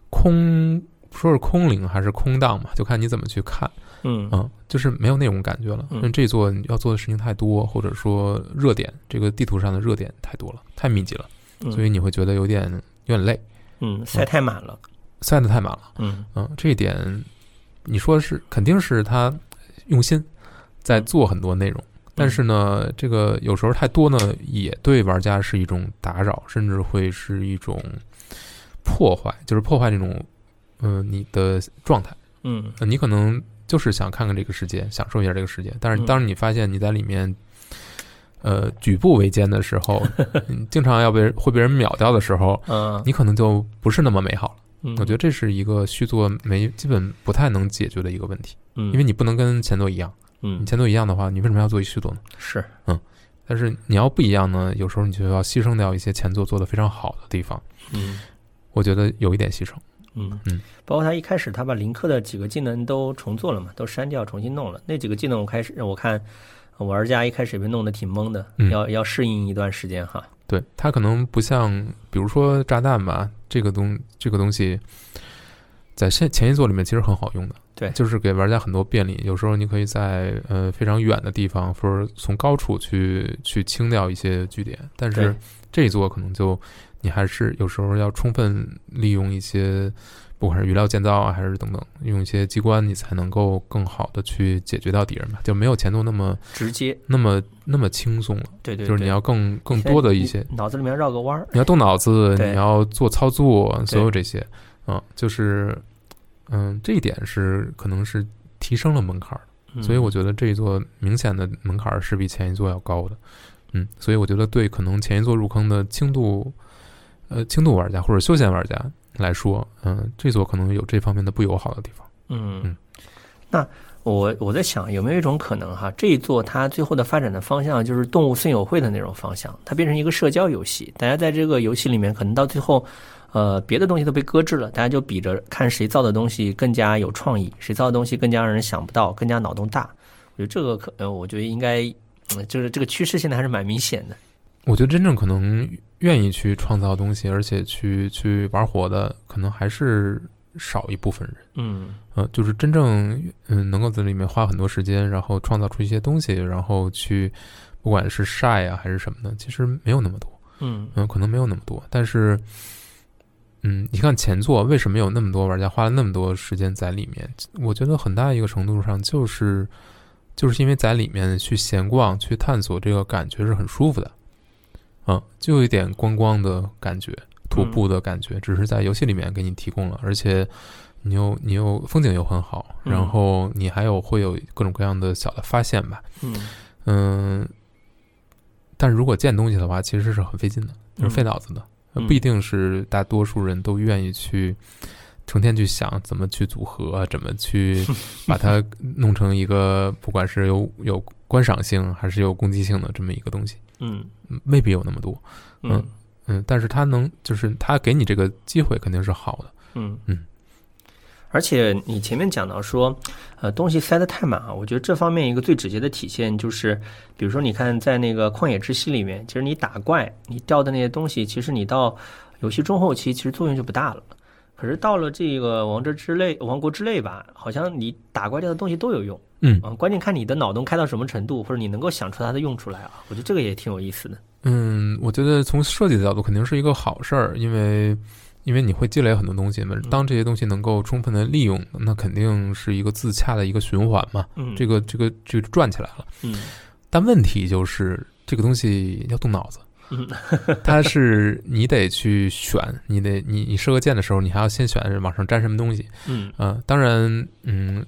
B: 空，说是空灵还是空荡嘛，就看你怎么去看。
A: 嗯
B: 嗯，就是没有那种感觉了。
A: 嗯
B: 因为这一座你要做的事情太多，或者说热点这个地图上的热点太多了，太密集了，
A: 嗯
B: 所以你会觉得有点有点累，
A: 嗯，塞太满了，
B: 塞得太满了。
A: 嗯
B: 嗯，这一点你说是肯定是他用心在做很多内容，但是呢，这个有时候太多呢，也对玩家是一种打扰，甚至会是一种破坏，就是破坏这种嗯、呃你的状态。
A: 嗯
B: 呃你可能就是想看看这个世界，享受一下这个世界，但是
A: 嗯
B: 当你发现你在里面。呃，举步维艰的时候，你经常要被人会被人秒掉的时候，
A: 嗯，
B: 你可能就不是那么美好了。
A: 嗯
B: 我觉得这是一个续作没基本不太能解决的一个问题，
A: 嗯，
B: 因为你不能跟前作一样，
A: 嗯
B: 你前作一样的话，你为什么要做一续作呢？
A: 是
B: 但是你要不一样呢，有时候你就要牺牲掉一些前作做得非常好的地方，
A: 嗯
B: 我觉得有一点牺牲。
A: 嗯
B: 嗯，
A: 包括他一开始他把林克的几个技能都重做了嘛，都删掉重新弄了，那几个技能我开始我看玩家一开始也被弄得挺懵的，
B: 嗯
A: 要要适应一段时间哈，
B: 对，它可能不像，比如说炸弹吧，这个东这个东西，在现前一作里面其实很好用的，
A: 对
B: 就是给玩家很多便利。有时候你可以在呃非常远的地方，或者从高处去去清掉一些据点，但
A: 对
B: 是这一座可能就你还是有时候要充分利用一些不管是语料建造啊，还是等等，用一些机关，你才能够更好的去解决到敌人吧，就没有前头那么
A: 直接，
B: 那么那么轻松了。
A: 对对，
B: 就是你要更更多的一些，
A: 脑子里面绕个弯儿，
B: 你要动脑子，
A: 对
B: 你要做操作，所有这些，嗯，就是，嗯，这一点是可能是提升了门槛儿的，
A: 嗯
B: 所以我觉得这一座明显的门槛儿是比前一座要高的，嗯，所以我觉得对可能前一座入坑的轻度，呃，轻度玩家或者休闲玩家来说，嗯、这座可能有这方面的不友好的地方，
A: 嗯
B: 嗯，
A: 那我我在想，有没有一种可能哈，这一座它最后的发展的方向就是动物森友会的那种方向，它变成一个社交游戏，大家在这个游戏里面可能到最后，呃，别的东西都被搁置了，大家就比着看谁造的东西更加有创意，谁造的东西更加让人想不到，更加脑洞大。我觉得这个可，呃，我觉得应该，嗯就是这个趋势现在还是蛮明显的。
B: 我觉得真正可能愿意去创造东西，而且去去玩火的，可能还是少一部分人。
A: 嗯
B: 呃，就是真正嗯能够在里面花很多时间，然后创造出一些东西，然后去不管是晒啊还是什么的，其实没有那么多，
A: 嗯
B: 嗯、可能没有那么多，但是。嗯，你看前作为什么有那么多玩家花了那么多时间在里面？我觉得很大一个程度上就是，就是因为在里面去闲逛、去探索，这个感觉是很舒服的，嗯，就有一点观光的感觉、徒步的感觉，只是在游戏里面给你提供了，而且你又你又风景又很好，
A: 嗯
B: 然后你还有会有各种各样的小的发现吧，
A: 嗯，
B: 嗯，但是如果建东西的话，其实是很费劲的，就是费
A: 嗯
B: 脑子的，呃
A: 嗯
B: 不一定是大多数人都愿意去成天去想怎么去组合，啊怎么 去把它弄成一个不管是有有观赏性还是有攻击性的这么一个东西，
A: 嗯
B: 嗯未必有那么多，
A: 嗯
B: 嗯，但是它能就是它给你这个机会肯定是好的，
A: 嗯
B: 嗯，
A: 而且你前面讲到说，呃，东西塞得太满啊，我觉得这方面一个最直接的体现就是，比如说你看在那个旷野之息里面，其实你打怪你掉的那些东西，其实你到游戏中后期其实作用就不大了。可是到了这个王者之泪、王国之泪吧，好像你打怪掉的东西都有用，
B: 嗯
A: 啊，关键看你的脑洞开到什么程度，或者你能够想出它的用处来啊。我觉得这个也挺有意思的。
B: 嗯，我觉得从设计的角度肯定是一个好事儿，因为因为你会积累很多东西嘛。
A: 嗯
B: 当这些东西能够充分的利用，那肯定是一个自洽的一个循环嘛。
A: 嗯，
B: 这个这个这个转起来了。
A: 嗯
B: 但问题就是这个东西要动脑子，
A: 嗯
B: 它是你得去选，你得你你射个箭的时候，你还要先选往上粘什么东西。
A: 嗯
B: 嗯、当然，嗯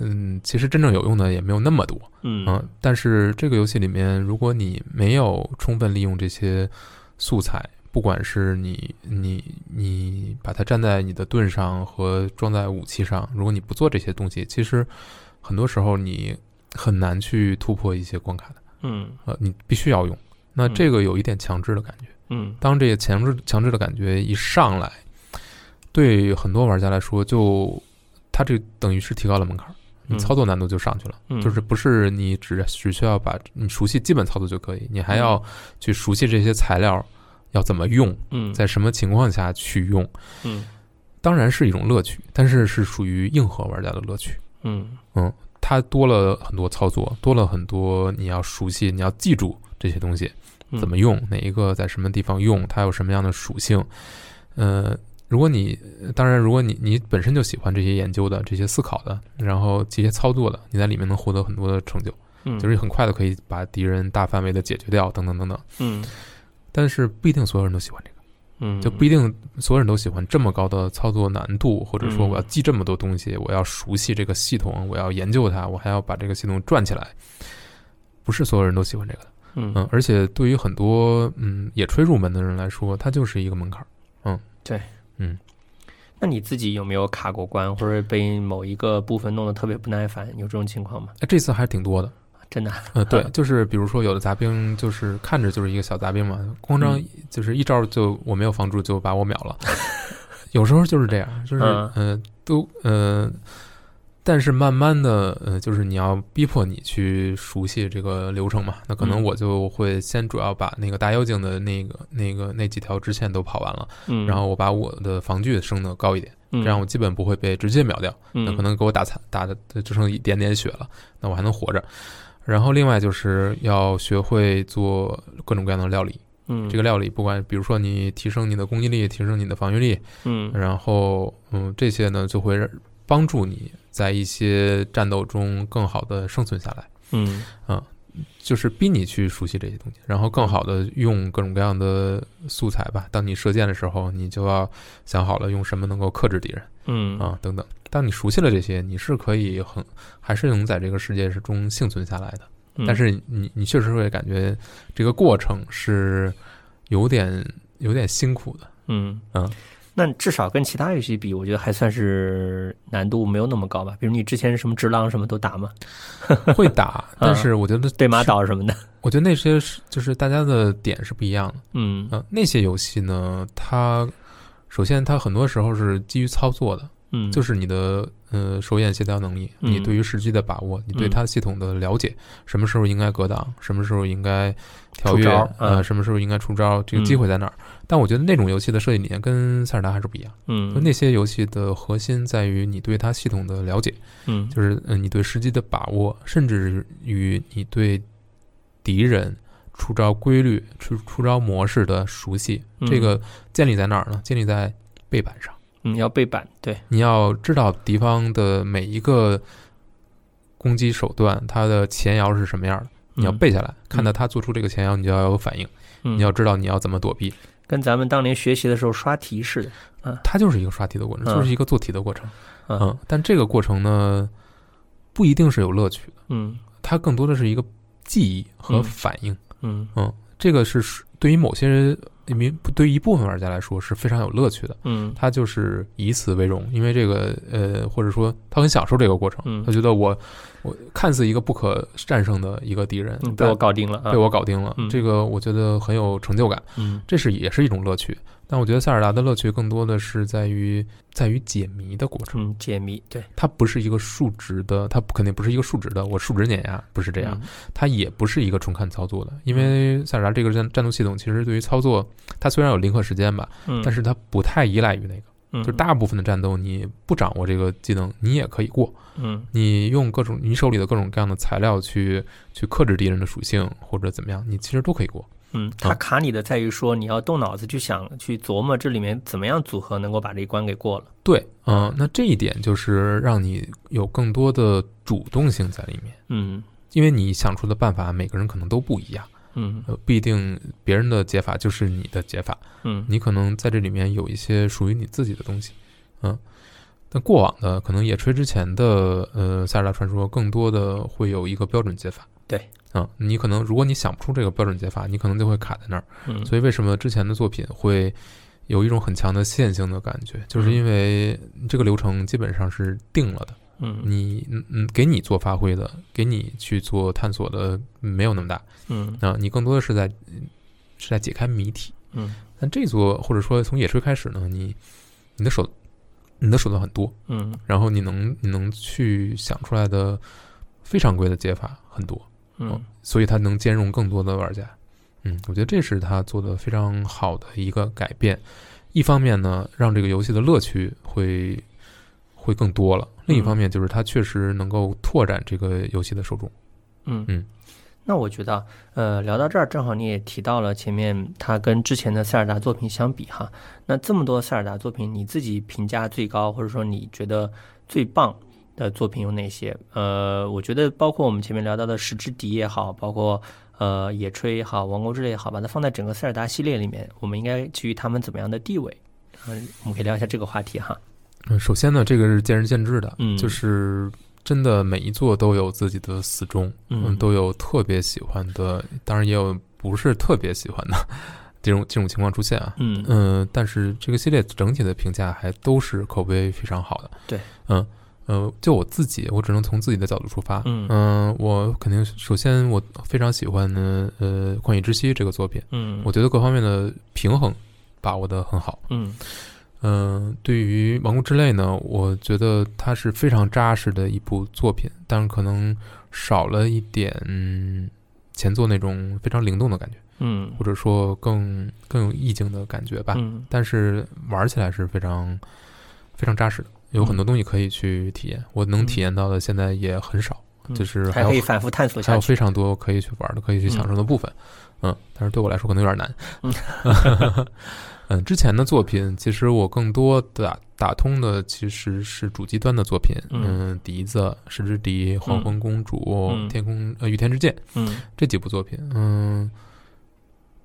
B: 嗯，其实真正有用的也没有那么多。
A: 嗯
B: 嗯，但是这个游戏里面，如果你没有充分利用这些素材，不管是你你你把它站在你的盾上和装在武器上，如果你不做这些东西，其实很多时候你很难去突破一些关卡的。
A: 嗯
B: 呃，你必须要用。那
A: 嗯
B: 这个有一点强制的感觉。
A: 嗯
B: 当这个强制强制的感觉一上来，对很多玩家来说就，它这等于是提高了门槛儿，你
A: 嗯
B: 操作难度就上去了。
A: 嗯，
B: 就是不是你只只需要把你熟悉基本操作就可以，你还要去熟悉这些材料要怎么用，
A: 嗯
B: 在什么情况下去用，
A: 嗯
B: 当然是一种乐趣，但是是属于硬核玩家的乐趣。
A: 嗯
B: 它多了很多操作，多了很多你要熟悉，你要记住这些东西
A: 嗯
B: 怎么用，哪一个在什么地方用，它有什么样的属性。呃，如果你当然，如果你你本身就喜欢这些研究的、这些思考的，然后这些操作的，你在里面能获得很多的成就。
A: 嗯
B: 就是很快的可以把敌人大范围的解决掉，等等等等。
A: 嗯
B: 但是不一定所有人都喜欢这个，
A: 嗯
B: 就不一定所有人都喜欢这么高的操作难度，或者说
A: 嗯
B: 我要记这么多东西，我要熟悉这个系统，我要研究它，我还要把这个系统转起来。不是所有人都喜欢这个的，
A: 嗯
B: 嗯，而且对于很多嗯野炊入门的人来说，它就是一个门槛儿。
A: 那你自己有没有卡过关，或者被某一个部分弄得特别不耐烦？有这种情况吗？
B: 哎，这次还挺多的，
A: 真的啊？
B: 呃，对，就是比如说有的杂兵就是看着就是一个小杂兵嘛，光张
A: 嗯
B: 就是一招就我没有防住就把我秒了， 有时候就是这样，就是
A: 嗯
B: 呃都呃，但是慢慢的呃就是你要逼迫你去熟悉这个流程嘛，那可
A: 嗯
B: 能我就会先主要把那个大妖精的那个那个那几条支线都跑完了，
A: 嗯，
B: 然后我把我的防具升的高一点，
A: 这
B: 这样我基本不会被直接秒掉。那
A: 嗯
B: 可能给我打残打的只剩一点点血了，那我还能活着。然后另外就是要学会做各种各样的料理，
A: 嗯，
B: 这个料理，不管比如说你提升你的攻击力，提升你的防御力，
A: 嗯
B: 然后嗯这些呢就会让帮助你在一些战斗中更好的生存下来，
A: 嗯
B: 就是逼你去熟悉这些东西，然后更好的用各种各样的素材吧。当你射箭的时候，你就要想好了用什么能够克制敌人。
A: 嗯
B: 啊等等。当你熟悉了这些，你是可以很还是能在这个世界中幸存下来的。
A: 嗯
B: 但是你你确实会感觉这个过程是有点有点辛苦的。
A: 嗯
B: 嗯，
A: 那至少跟其他游戏比，我觉得还算是难度没有那么高吧。比如你之前什么直狼什么都打吗？
B: 会打，但是我觉得
A: 嗯对马，岛什么的，
B: 我觉得那些是就是大家的点是不一样的。
A: 嗯
B: 嗯、那些游戏呢，它首先它很多时候是基于操作的，
A: 嗯，
B: 就是是你的呃手眼协调能力，
A: 嗯
B: 你对于时机的把握，你对
A: 嗯
B: 它系统的了解，什么时候应该格挡，什么时候应该跳
A: 出
B: 跃
A: 招，
B: 呃，
A: 嗯
B: 什么时候应该出招，这个
A: 嗯
B: 机会在哪儿？但我觉得那种游戏的设计理念跟塞尔达还是不一样，就
A: 嗯
B: 那些游戏的核心在于你对它系统的了解，
A: 嗯
B: 就是嗯、呃你对时机的把握，甚至于你对敌人。出招规律、出出招模式的熟悉，
A: 嗯
B: 这个建立在哪儿呢？建立在背板上。
A: 嗯要背板，对，
B: 你要知道敌方的每一个攻击手段，它的前摇是什么样的，你要
A: 嗯，
B: 背下来，看到他做出这个前摇，你就要有反应，
A: 嗯
B: 你要知道你要怎么躲避。
A: 跟咱们当年学习的时候刷题似的，
B: 它就是一个刷题的过程，
A: 嗯
B: 就是一个做题的过程。
A: 嗯
B: 嗯，但这个过程呢，不一定是有乐趣的，
A: 嗯
B: 它更多的是一个记忆和
A: 嗯
B: 反应。
A: 嗯
B: 这个是属对于某些人。民对于一部分玩家来说是非常有乐趣的，
A: 嗯
B: 他就是以此为荣，因为这个呃，或者说他很享受这个过程，
A: 嗯
B: 他觉得我我看似一个不可战胜的一个敌人，
A: 嗯，被
B: 但
A: 我搞定了啊，
B: 被我搞定了，
A: 嗯
B: 这个我觉得很有成就感，
A: 嗯
B: 这是也是一种乐趣。但我觉得塞尔达的乐趣更多的是在于在于解谜的过程，
A: 嗯解谜，对，
B: 它不是一个数值的，它肯定不是一个数值的，我数值碾压不是这
A: 嗯
B: 样，它也不是一个纯看操作的，因为塞尔达这个战战斗系统其实对于操作，它虽然有零和时间吧，
A: 嗯，
B: 但是它不太依赖于那个。
A: 嗯
B: 就是大部分的战斗，你不掌握这个技能，你也可以过。
A: 嗯
B: 你用各种你手里的各种各样的材料去去克制敌人的属性，或者怎么样，你其实都可以过。
A: 嗯，它
B: 啊
A: 卡你的在于说你要动脑子去想去琢磨这里面怎么样组合能够把这一关给过了，
B: 对，嗯、那这一点就是让你有更多的主动性在里面，
A: 嗯
B: 因为你想出的办法，每个人可能都不一样，
A: 嗯
B: 呃，不一定别人的解法就是你的解法，
A: 嗯
B: 你可能在这里面有一些属于你自己的东西，嗯。但过往的可能野炊之前的呃《塞尔达传说》更多的会有一个标准解法，
A: 对，
B: 嗯，你可能如果你想不出这个标准解法，你可能就会卡在那儿。
A: 嗯，
B: 所以为什么之前的作品会有一种很强的线性的感觉，就是因为这个流程基本上是定了的，
A: 嗯
B: 你嗯嗯，给你做发挥的，给你去做探索的没有那么大
A: 嗯
B: 啊，你更多的是在嗯是在解开谜题。
A: 嗯
B: 但这座或者说从野炊开始呢，你你的手你的手段很多，
A: 嗯
B: 然后你能你能去想出来的非常规的解法很多，
A: 嗯
B: 所以它能兼容更多的玩家。嗯，我觉得这是它做的非常好的一个改变。一方面呢，让这个游戏的乐趣会会更多了；另一方面，就是它确实能够拓展这个游戏的受众。
A: 嗯嗯
B: 嗯。
A: 那我觉得啊，呃，聊到这儿，正好你也提到了前面它跟之前的塞尔达作品相比哈，那这么多塞尔达作品，你自己评价最高，或者说你觉得最棒的作品有哪些？呃，我觉得包括我们前面聊到的《十之敌》也好，包括呃《野炊》也好，《王国之泪》也好，把它放在整个塞尔达系列里面，我们应该给予他们怎么样的地位？嗯、我们可以聊一下这个话题哈。
B: 嗯，首先呢，这个是见仁见智的，
A: 嗯
B: 就是真的每一座都有自己的死忠，
A: 嗯
B: 都有特别喜欢的，当然也有不是特别喜欢的这种这种情况出现啊。
A: 嗯
B: 嗯、但是这个系列整体的评价还都是口碑非常好的。
A: 对，
B: 嗯呃，就我自己，我只能从自己的角度出发。
A: 嗯
B: 嗯、我肯定首先我非常喜欢的呃《旷野之息》这个作品，
A: 嗯，
B: 我觉得各方面的平衡把握的很好。
A: 嗯
B: 嗯，对于《王国之泪》呢，我觉得它是非常扎实的一部作品，但可能少了一点、嗯、前作那种非常灵动的感觉，
A: 嗯
B: 或者说更更有意境的感觉吧。
A: 嗯
B: 但是玩起来是非常非常扎实的，有很多东西可以去体验。我能体验到的现在也很少，
A: 嗯
B: 就是
A: 还
B: 有
A: 可以反复探索
B: 还
A: 下
B: 有
A: 去。
B: 非常多可以去玩的、可以去享受的部分。嗯，但是对我来说可能有点难。嗯，之前的作品其实我更多打打通的其实是主机端的作品，
A: 嗯
B: 嗯，笛子、十之笛、黄昏公主、
A: 嗯
B: 天空呃御天之剑
A: 嗯
B: 这几部作品，嗯，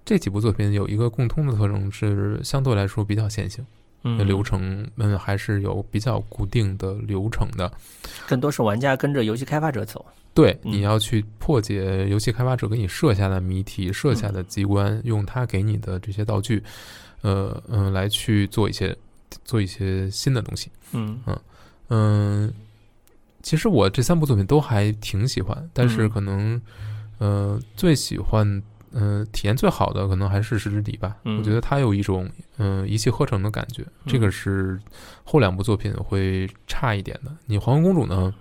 B: 这几部作品有一个共通的特征是相对来说比较线性，
A: 嗯，
B: 流程嗯还是有比较固定的流程的，
A: 更多是玩家跟着游戏开发者走。
B: 对，
A: 嗯
B: 你要去破解游戏开发者给你设下的谜题、设下的机关，用他给你的这些道具，呃嗯、呃来去做一些做一些新的东西。
A: 嗯
B: 嗯、其实我这三部作品都还挺喜欢，但是
A: 嗯
B: 可能、呃最喜欢。嗯，体验最好的可能还是《十之底》吧，
A: 嗯
B: 我觉得它有一种嗯、呃一气呵成的感觉，这个是后两部作品会差一点的。你《黄昏公主》呢，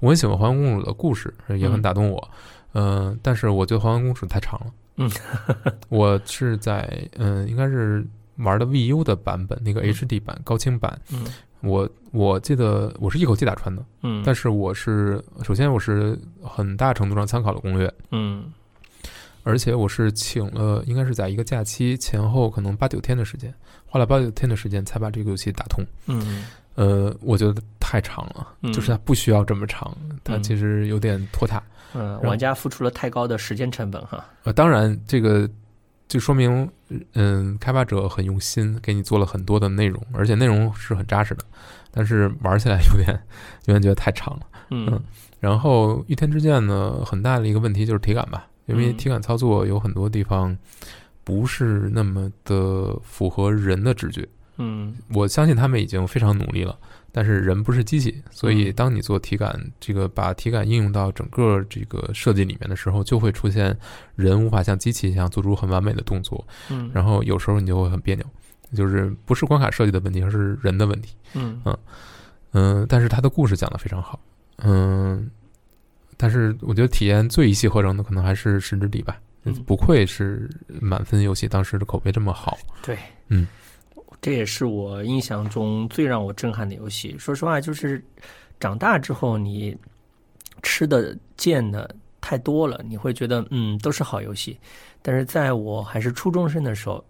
B: 我很喜欢《黄昏公主》的故事，也很
A: 嗯
B: 打动我。嗯、但是我觉得《黄昏公主》太长了。
A: 嗯，
B: 我是在嗯、应该是玩的 VU 的版本，那个
A: 嗯
B: HD 版、高清版。
A: 嗯
B: 我我记得我是一口气打穿的，
A: 嗯，
B: 但
A: 是
B: 是我是首先我是很大程度上参考了攻略，
A: 嗯
B: 而且我是请了，应该是在一个假期前后可能八九天的时间，花了八九天的时间才把这个游戏打通。
A: 嗯
B: 呃，我觉得太长了，
A: 嗯，
B: 就是它不需要这么长，它
A: 嗯
B: 其实有点拖沓。
A: 嗯，
B: 后
A: 玩家付出了太高的时间成本哈。
B: 呃，当然这个就说明，嗯，开发者很用心，给你做了很多的内容，而且内容是很扎实的，但是玩起来有点有点觉得太长了。
A: 嗯
B: 然后《御天之剑》呢，很大的一个问题就是体感吧，因为
A: 嗯
B: 体感操作有很多地方不是那么的符合人的直觉。
A: 嗯
B: 我相信他们已经非常努力了，但是人不是机器，所以当你做体感这个把体感应用到整个这个设计里面的时候，就会出现人无法像机器一样做出很完美的动作，
A: 嗯，
B: 然后有时候你就会很别扭，就是不是关卡设计的问题，而是人的问题。
A: 嗯
B: 嗯、但是他的故事讲得非常好，嗯、但是我觉得体验最一气呵成的可能还是《十之地》吧
A: 嗯，
B: 不愧是满分游戏，当时的口碑这么好。嗯
A: 这也是我印象中最让我震撼的游戏。说实话，就是长大之后，你吃的、见的太多了，你会觉得嗯都是好游戏。但是在我还是初中生的时候，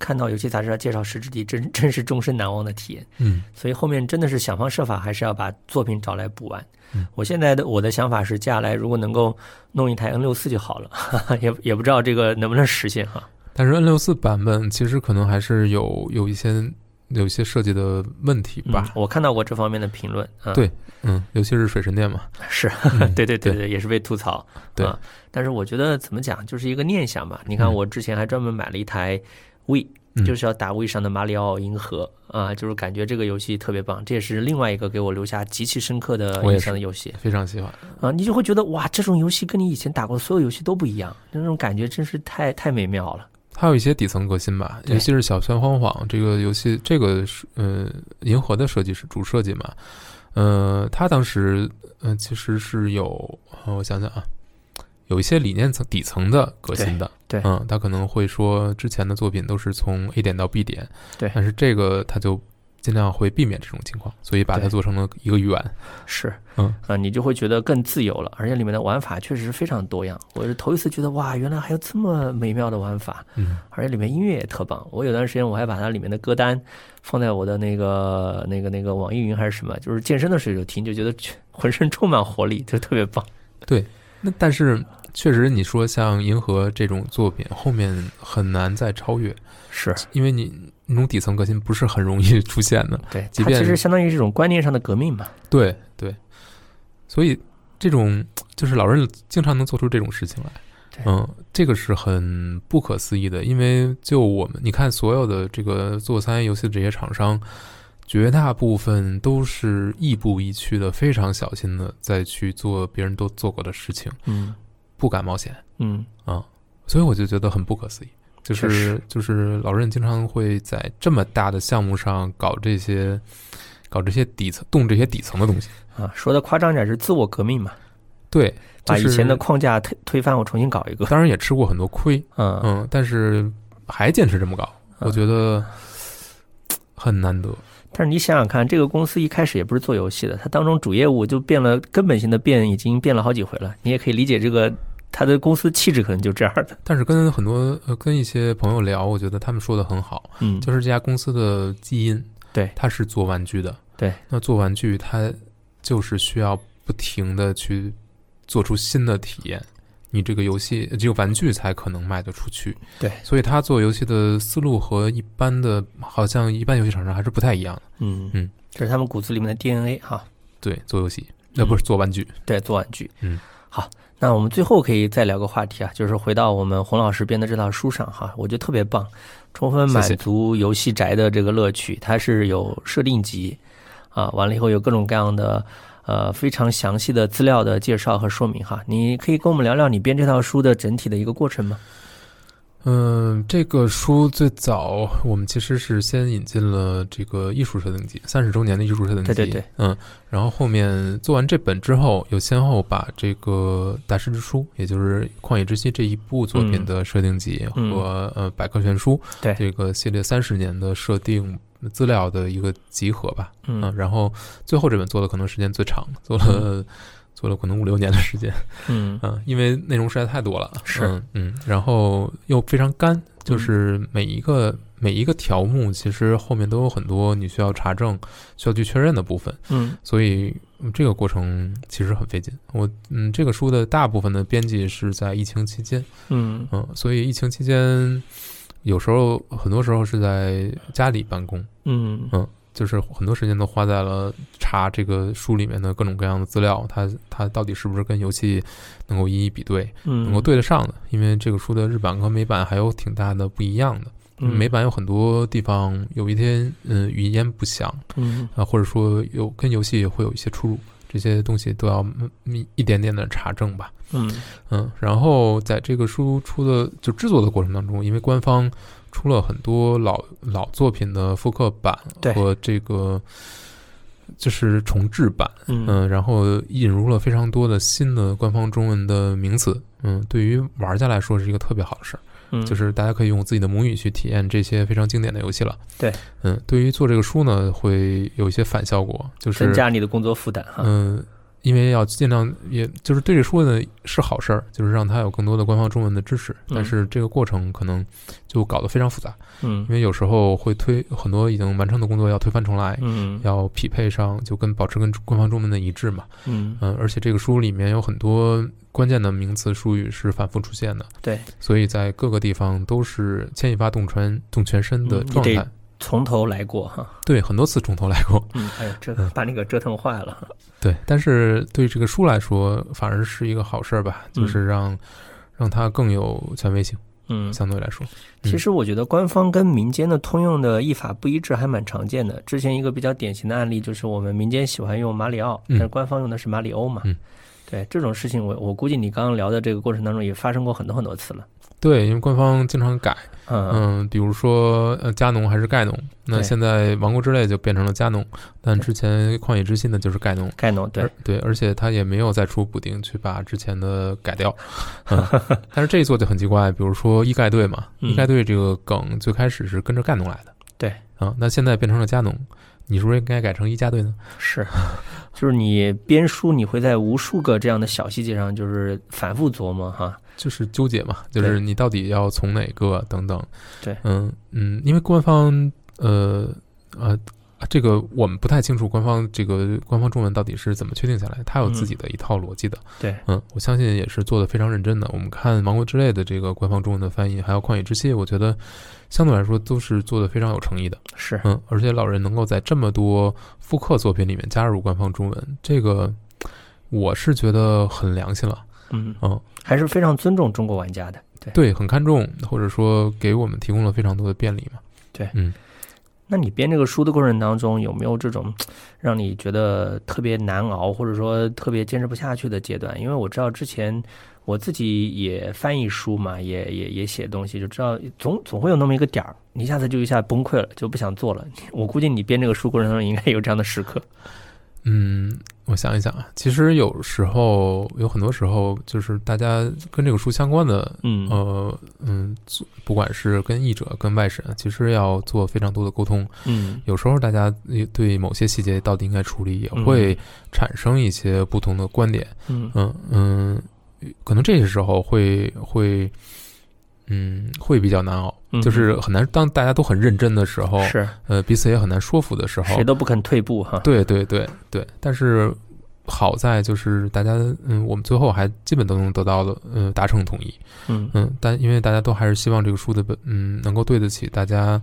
A: 看到游戏杂志上介绍《石之地》，真真是终身难忘的体验。
B: 嗯
A: 所以后面真的是想方设法，还是要把作品找来补完。
B: 嗯
A: 我现在的我的想法是，接下来如果能够弄一台 N 六四就好了， 哈哈，也也不知道这个能不能实现哈。
B: 但是 N 六四版本其实可能还是有有一些有一些设计的问题
A: 嗯
B: 吧，
A: 我看到过这方面的评论。嗯、
B: 对嗯尤其是水神殿嘛，
A: 是，
B: 嗯
A: 对对对
B: 对
A: 对，也是被吐槽。
B: 对
A: 啊，但是我觉得怎么讲，就是一个念想吧。你看，
B: 嗯
A: 我之前还专门买了一台 We，、
B: 嗯
A: 就是要打 We 上的马里奥银河啊，就是感觉这个游戏特别棒。这也是另外一个给我留下极其深刻的
B: 我也
A: 印象的游戏
B: 非常喜欢。
A: 啊，你就会觉得哇，这种游戏跟你以前打过的所有游戏都不一样，那种感觉真是太太美妙了。
B: 它有一些底层革新吧，
A: 对
B: 尤其是小泉晃晃这个游戏，这个是呃银河的设计是主设计嘛，呃，他当时呃其实是有，呃我想想啊，有一些理念层底层的革新的，
A: 对对
B: 嗯，他可能会说之前的作品都是从 A 点到 B 点，
A: 对
B: 但是这个他就尽量会避免这种情况，所以把它
A: 对
B: 做成了一个圆，
A: 是，
B: 嗯
A: 啊，你就会觉得更自由了，而且里面的玩法确实非常多样。我是头一次觉得哇，原来还有这么美妙的玩法。
B: 嗯，
A: 而且里面音乐也特棒。我有段时间我还把它里面的歌单放在我的那个那个那个网易云还是什么，就是健身的时候就听，就觉得全浑身充满活力，就特别棒。
B: 那但是确实，你说像《银河》这种作品，后面很难再超越，
A: 是
B: 因为你那种底层革新不是很容易出现的。
A: 对，
B: 即
A: 它其
B: 便
A: 实相当于是一种观念上的革命嘛。
B: 对对，所以这种就是老人经常能做出这种事情来
A: 对。
B: 嗯，这个是很不可思议的，因为就我们你看，所有的这个做三 A 游戏的这些厂商，绝大部分都是亦步亦趋的，非常小心的在去做别人都做过的事情，
A: 嗯
B: 不敢冒险。
A: 嗯
B: 所以我就觉得很不可思议，就
A: 确
B: 是
A: 实
B: 就是老任经常会在这么大的项目上搞这些，搞这些底层动这些底层的东西。
A: 啊，说的夸张点是自我革命嘛，
B: 对，就
A: 把
B: 是
A: 以前的框架推推翻，我重新搞一个。
B: 当然也吃过很多亏，
A: 嗯
B: 嗯，但是还坚持这么搞，我觉得很难得。
A: 但是你想想看，这个公司一开始也不是做游戏的，它当中主业务就变了，根本性的变已经变了好几回了。你也可以理解这个它的公司气质可能就这样的。
B: 但是跟很多呃跟一些朋友聊，我觉得他们说的很好，
A: 嗯，
B: 就是这家公司的基因，
A: 对
B: 它是做玩具的，
A: 对，
B: 那做玩具它就是需要不停的去做出新的体验，你这个游戏这个玩具才可能卖得出去，
A: 对，
B: 所以他做游戏的思路和一般的好像一般游戏厂商还是不太一样的，
A: 嗯
B: 嗯，
A: 这是他们骨子里面的 DNA 哈。
B: 对，做游戏那不是做玩具，
A: 对，做玩具。
B: 嗯，
A: 好，那我们最后可以再聊个话题啊，就是回到我们洪老师编的这套书上哈，我觉得特别棒，充分满
B: 谢谢
A: 足游戏宅的这个乐趣。它是有设定集，啊，完了以后有各种各样的呃非常详细的资料的介绍和说明哈。你可以跟我们聊聊你编这套书的整体的一个过程吗？
B: 嗯，这个书最早我们其实是先引进了这个艺术设定集，三十周年的艺术设定
A: 对
B: 集。
A: 对对。
B: 嗯，然后后面做完这本之后，有先后把这个《大师之书》，也就是《旷野之息》这一部作品的设定集和、
A: 嗯
B: 呃《百科全书》
A: 对
B: 这个系列三十年的设定资料的一个集合吧。
A: 嗯
B: 嗯，然后最后这本做的可能时间最长，做了、做了可能五六年的时间。
A: 嗯
B: 嗯，因为内容实在太多了，
A: 是
B: 嗯嗯，然后又非常干，就是每一个、每一个条目，其实后面都有很多你需要查证、需要去确认的部分，
A: 嗯
B: 所以嗯这个过程其实很费劲。我嗯，这个书的大部分的编辑是在疫情期间，
A: 嗯
B: 嗯，所以疫情期间有时候很多时候是在家里办公，
A: 嗯
B: 就是很多时间都花在了查这个书里面的各种各样的资料，它它到底是不是跟游戏能够一一比对。
A: 嗯，
B: 能够对得上的，因为这个书的日版和美版还有挺大的不一样的。
A: 嗯
B: 美版有很多地方有一天，嗯，语言不详
A: 嗯
B: 啊，或者说有跟游戏会有一些出入，这些东西都要嗯一一点点的查证吧。
A: 嗯
B: 嗯，然后在这个书出的就制作的过程当中，因为官方出了很多老老作品的复刻版
A: 对
B: 和这个就是重制版，
A: 嗯
B: 嗯，然后引入了非常多的新的官方中文的名词，嗯，对于玩家来说是一个特别好的事儿，
A: 嗯，
B: 就是大家可以用自己的母语去体验这些非常经典的游戏了。
A: 对，
B: 嗯，对于做这个书呢，会有一些反效果，就是
A: 增加你的工作负担哈。
B: 嗯，因为要尽量，也就是对这书呢是好事儿，就是让它有更多的官方中文的支持，但
A: 嗯
B: 是这个过程可能就搞得非常复杂，
A: 嗯
B: 因为有时候会推很多已经完成的工作要推翻重来，
A: 嗯
B: 要匹配上，就跟保持跟官方中文的一致嘛。
A: 嗯
B: 嗯，而且这个书里面有很多关键的名词术语是反复出现的，
A: 对，
B: 所以在各个地方都是牵一发动全动全身的
A: 嗯你
B: 状
A: 得
B: 态。
A: 从头来过哈。
B: 对，很多次从头 来过。
A: 嗯，哎呀，这
B: 嗯
A: 把你给折腾坏了。
B: 对，但是对这个书来说，反而是一个好事儿吧，就是让、让它更有权威性，
A: 嗯，
B: 相对来说。
A: 其实我觉得官方跟民间的通用的译法不一致还蛮常见的。之前一个比较典型的案例就是我们民间喜欢用马里奥，
B: 嗯
A: 但是官方用的是马里欧嘛。
B: 嗯
A: 对这种事情我，我估计你刚刚聊的这个过程当中也发生过很多很多次了。
B: 对，因为官方经常改，
A: 嗯
B: 嗯，比如说呃，加农还是盖农，那
A: 对
B: 现在王国之泪就变成了加农，但
A: 对
B: 之前旷野之心呢就是盖农。
A: 盖农对
B: 而，对，而且他也没有再出补丁去把之前的 改掉，嗯，但是这一做就很奇怪，比如说一盖队嘛，
A: 嗯
B: 一盖队这个梗最开始是跟着盖农来的，
A: 对，
B: 啊，那现在变成了加农，你是不是应该改成一加队呢？
A: 是，就是你编书，你会在无数个这样的小细节上，就是反复琢磨哈。
B: 就是纠结嘛，就是
A: 对
B: 你到底要从哪个等等，
A: 对
B: 嗯嗯，因为官方呃呃。这个我们不太清楚，官方这个官方中文到底是怎么确定下来？它有自己的一套逻辑的。
A: 对，
B: 嗯，我相信也是做的非常认真的。我们看《王国之泪》的这个官方中文的翻译，还有《旷野之息》，我觉得相对来说都是做的非常有诚意的。
A: 是，
B: 嗯，而且老人能够在这么多复刻作品里面加入官方中文，这个我是觉得很良心了。
A: 嗯，
B: 嗯，
A: 还是非常尊重中国玩家的。对，
B: 对，很看重，或者说给我们提供了非常多的便利嘛。
A: 那你编这个书的过程当中，有没有这种让你觉得特别难熬，或者说特别坚持不下去的阶段？因为我知道之前我自己也翻译书嘛，也也也写东西，就知道总总会有那么一个点儿，你一下子就一下崩溃了，就不想做了。 我估计你编这个书过程当中应该有这样的时刻。
B: 嗯，我想一想啊，其实有时候有很多时候，就是大家跟这个书相关的
A: 嗯
B: 呃嗯，做不管是跟译者跟外审，啊其实要做非常多的沟通。
A: 嗯
B: 有时候大家呃对某些细节到底应该处理，也
A: 嗯
B: 会产生一些不同的观点。
A: 嗯
B: 嗯嗯，可能这些时候会会，嗯，会比较难熬，
A: 嗯
B: 就是很难。当大家都很认真的时候，
A: 是
B: 呃，彼此也很难说服的时候
A: 谁，都不肯退步哈。
B: 对对对对。但是好在就是大家，嗯，我们最后还基本都能得到了，呃，达成统一。
A: 嗯
B: 嗯，但因为大家都还是希望这个书的本，嗯，能够对得起大家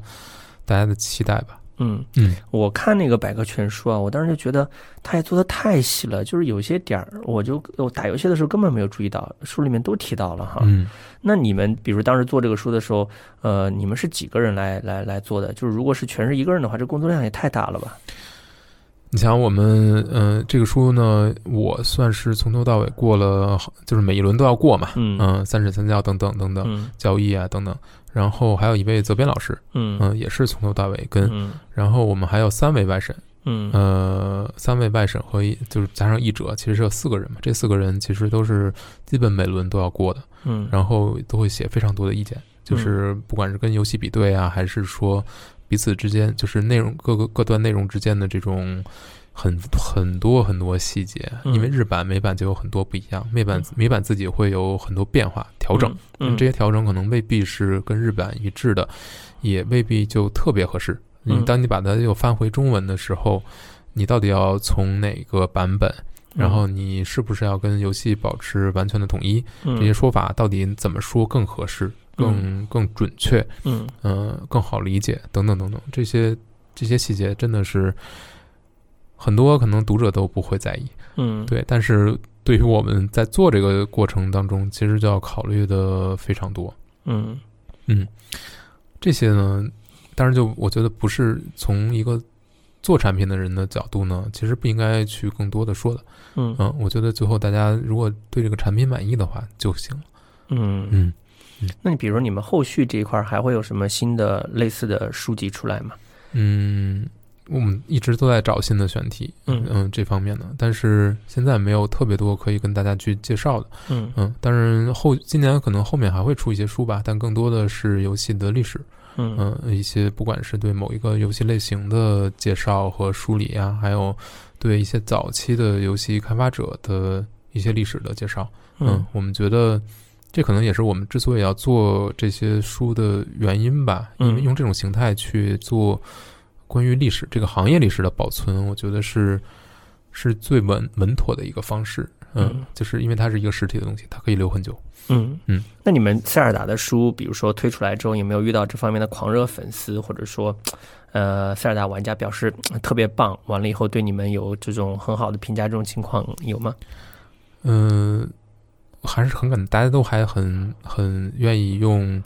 B: 大家的期待吧。
A: 嗯
B: 嗯
A: 我看那个百科全书啊，我当时就觉得它也做的太细了，就是有些点儿，我就我打游戏的时候根本没有注意到，书里面都提到了哈。
B: 嗯
A: 那你们比如当时做这个书的时候，呃，你们是几个人来来来做的？就是如果是全是一个人的话，这工作量也太大了吧？
B: 你想我们，嗯、这个书呢，我算是从头到尾过了好，就是每一轮都要过嘛，
A: 嗯
B: 嗯、三审三教等等等等，
A: 嗯
B: 教义啊等等，然后还有一位责编老师，
A: 嗯
B: 嗯、也是从头到尾跟，
A: 嗯
B: 然后我们还有三位外审，
A: 嗯
B: 呃，三位外审和一就是加上译者，其实是有四个人嘛，这四个人其实都是基本每轮都要过的，
A: 嗯，
B: 然后都会写非常多的意见，就是不管是跟游戏比对啊，还是说彼此之间，就是内容各个各段内容之间的这种很很多很多细节，
A: 嗯
B: 因为日版美版就有很多不一样，美版
A: 嗯
B: 美版自己会有很多变化调整，
A: 嗯，
B: 这
A: 嗯
B: 些调整可能未必是跟日版一致的，也未必就特别合适。你
A: 嗯
B: 当你把它又翻回中文的时候，你到底要从哪个版本？
A: 嗯
B: 然后你是不是要跟游戏保持完全的统一？
A: 嗯
B: 这些说法到底怎么说更合适、更更准确、
A: 嗯
B: 嗯、更好理解等等等等，这些这些细节真的是很多可能读者都不会在意，
A: 嗯
B: 对，但是。对于我们在做这个过程当中，其实就要考虑的非常多。
A: 嗯
B: 这些呢，当然就我觉得不是从一个做产品的人的角度呢，其实不应该去更多的说的。
A: 嗯
B: 嗯，我觉得最后大家如果对这个产品满意的话就行了。
A: 嗯
B: 嗯，
A: 那你比如说你们后续这一块儿还会有什么新的类似的书籍出来吗？
B: 嗯，我们一直都在找新的选题，
A: 嗯
B: 嗯，这方面的，但是现在没有特别多可以跟大家去介绍的，
A: 嗯
B: 嗯，但是后今年可能后面还会出一些书吧，但更多的是游戏的历史，
A: 嗯
B: 嗯，一些不管是对某一个游戏类型的介绍和梳理啊，还有对一些早期的游戏开发者的一些历史的介绍，嗯，我们觉得。这可能也是我们之所以要做这些书的原因吧，因为
A: 嗯
B: 用这种形态去做关于历史这个行业历史的保存，我觉得是是最稳稳妥的一个方式。
A: 嗯
B: 嗯，就是因为它是一个实体的东西，它可以留很久。
A: 嗯
B: 嗯，
A: 那你们塞尔达的书，比如说推出来之后，有没有遇到这方面的狂热粉丝，或者说，呃，塞尔达玩家表示呃特别棒，完了以后对你们有这种很好的评价，这种情况有吗？
B: 嗯，还是很感，大家都还很很愿意用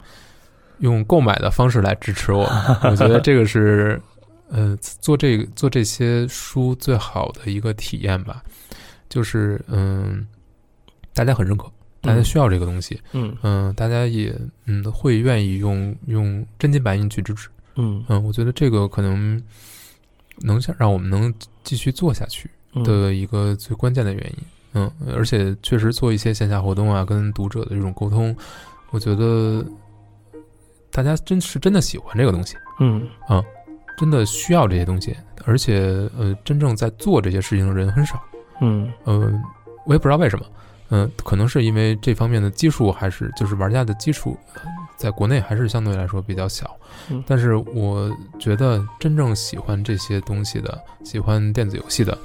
B: 用购买的方式来支持我们。我觉得这个是，呃，做这个做这些书最好的一个体验吧，就是嗯，大家很认可，大家需要这个东西，
A: 嗯
B: 嗯、大家也嗯会愿意用用真金白银去支持，
A: 嗯
B: 嗯、我觉得这个可能能想让我们能继续做下去。
A: 嗯
B: 的一个最关键的原因。嗯，而且确实做一些线下活动啊，跟读者的这种沟通，我觉得大家真是真的喜欢这个东西，
A: 嗯
B: 真的需要这些东西，而且呃，真正在做这些事情的人很少。
A: 嗯
B: 嗯、我也不知道为什么。嗯、可能是因为这方面的基数还是就是玩家的基数，呃在国内还是相对来说比较小。
A: 嗯
B: 但是我觉得真正喜欢这些东西的，喜欢电子游戏的，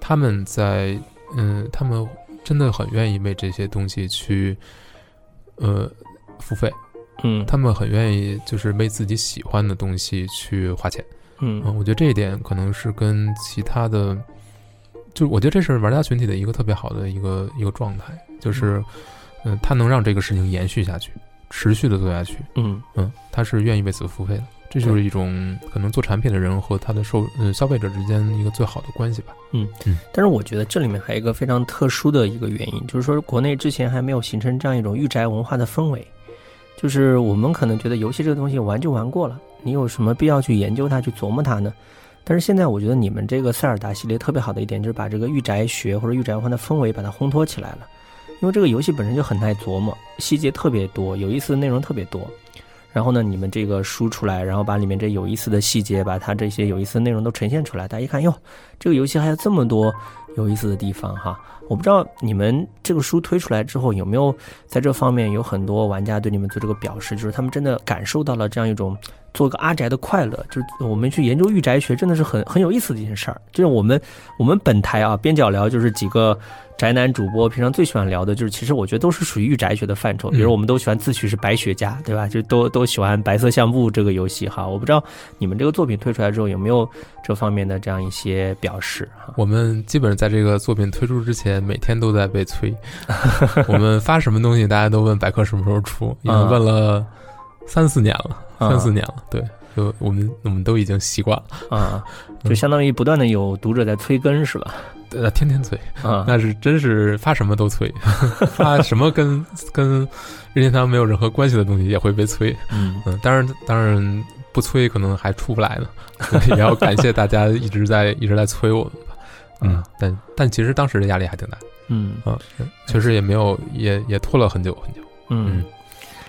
B: 他们在嗯，他们真的很愿意为这些东西去呃付费，
A: 嗯
B: 他们很愿意就是为自己喜欢的东西去花钱。嗯，
A: 嗯
B: 我觉得这一点可能是跟其他的，就是我觉得这是玩家群体的一个特别好的一个一个状态，就是，嗯、他能让这个事情延续下去，持续的做下去，
A: 嗯
B: 嗯，他是愿意为此付费的，这就是一种可能做产品的人和他的受呃消费者之间一个最好的关系吧。
A: 但是我觉得这里面还有一个非常特殊的一个原因，就是说国内之前还没有形成这样一种御宅文化的氛围，就是我们可能觉得游戏这个东西玩就玩过了，你有什么必要去研究它、去琢磨它呢？但是现在我觉得你们这个塞尔达系列特别好的一点，就是把这个御宅学或者御宅文化的氛围把它烘托起来了，因为这个游戏本身就很耐琢磨，细节特别多，有意思的内容特别多。然后呢，你们这个书出来，然后把里面这有意思的细节，把它这些有意思的内容都呈现出来，大家一看，哟，这个游戏还有这么多有意思的地方哈。我不知道你们这个书推出来之后，有没有在这方面有很多玩家对你们做这个表示，就是他们真的感受到了这样一种做个阿宅的快乐。就是我们去研究御宅学，真的是很很有意思的一件事儿。就是我们我们本台啊，边角聊就是几个宅男主播平常最喜欢聊的，就是其实我觉得都是属于御宅学的范畴。比如我们都喜欢自诩是白雪家，对吧？就都都喜欢白色相簿这个游戏哈。我不知道你们这个作品推出来之后有没有这方面的这样一些表示啊哈。
B: 我们基本上在这个作品推出之前，每天都在被 催。我们发什么东西，大家都问百科什么时候出，已经问了三四年了，
A: 嗯
B: 三四年了。对，就我们我们都已经习惯了，
A: 啊，就相当于不断的有读者在催更是吧？
B: 呃，天天催，
A: 啊，
B: 那是真是发什么都 催，发什么跟跟任天堂没有任何关系的东西也会被催。
A: 嗯
B: 嗯，当然当然不催可能还出不来呢，所以也要感谢大家一直在一直在催我们吧。 嗯
A: 嗯，
B: 但但其实当时的压力还挺大，
A: 嗯
B: 嗯，确实也没有也也拖了很久很久。
A: 嗯，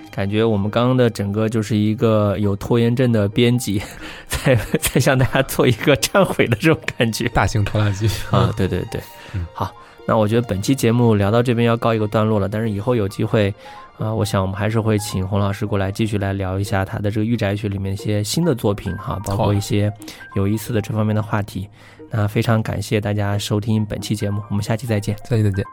A: 感觉我们刚刚的整个就是一个有拖延症的编辑， 在在向大家做一个忏悔的这种感觉
B: 大型拖拉机
A: 啊，，对对对
B: 嗯，
A: 好，那我觉得本期节目聊到这边要告一个段落了，但是以后有机会。啊、我想我们还是会请洪老师过来继续来聊一下他的这个御宅学里面一些新的作品哈，包
B: 好
A: 括
B: 啊
A: 一些有意思的这方面的话题。那非常感谢大家收听本期节目，我们下期再见。
B: 下期再见。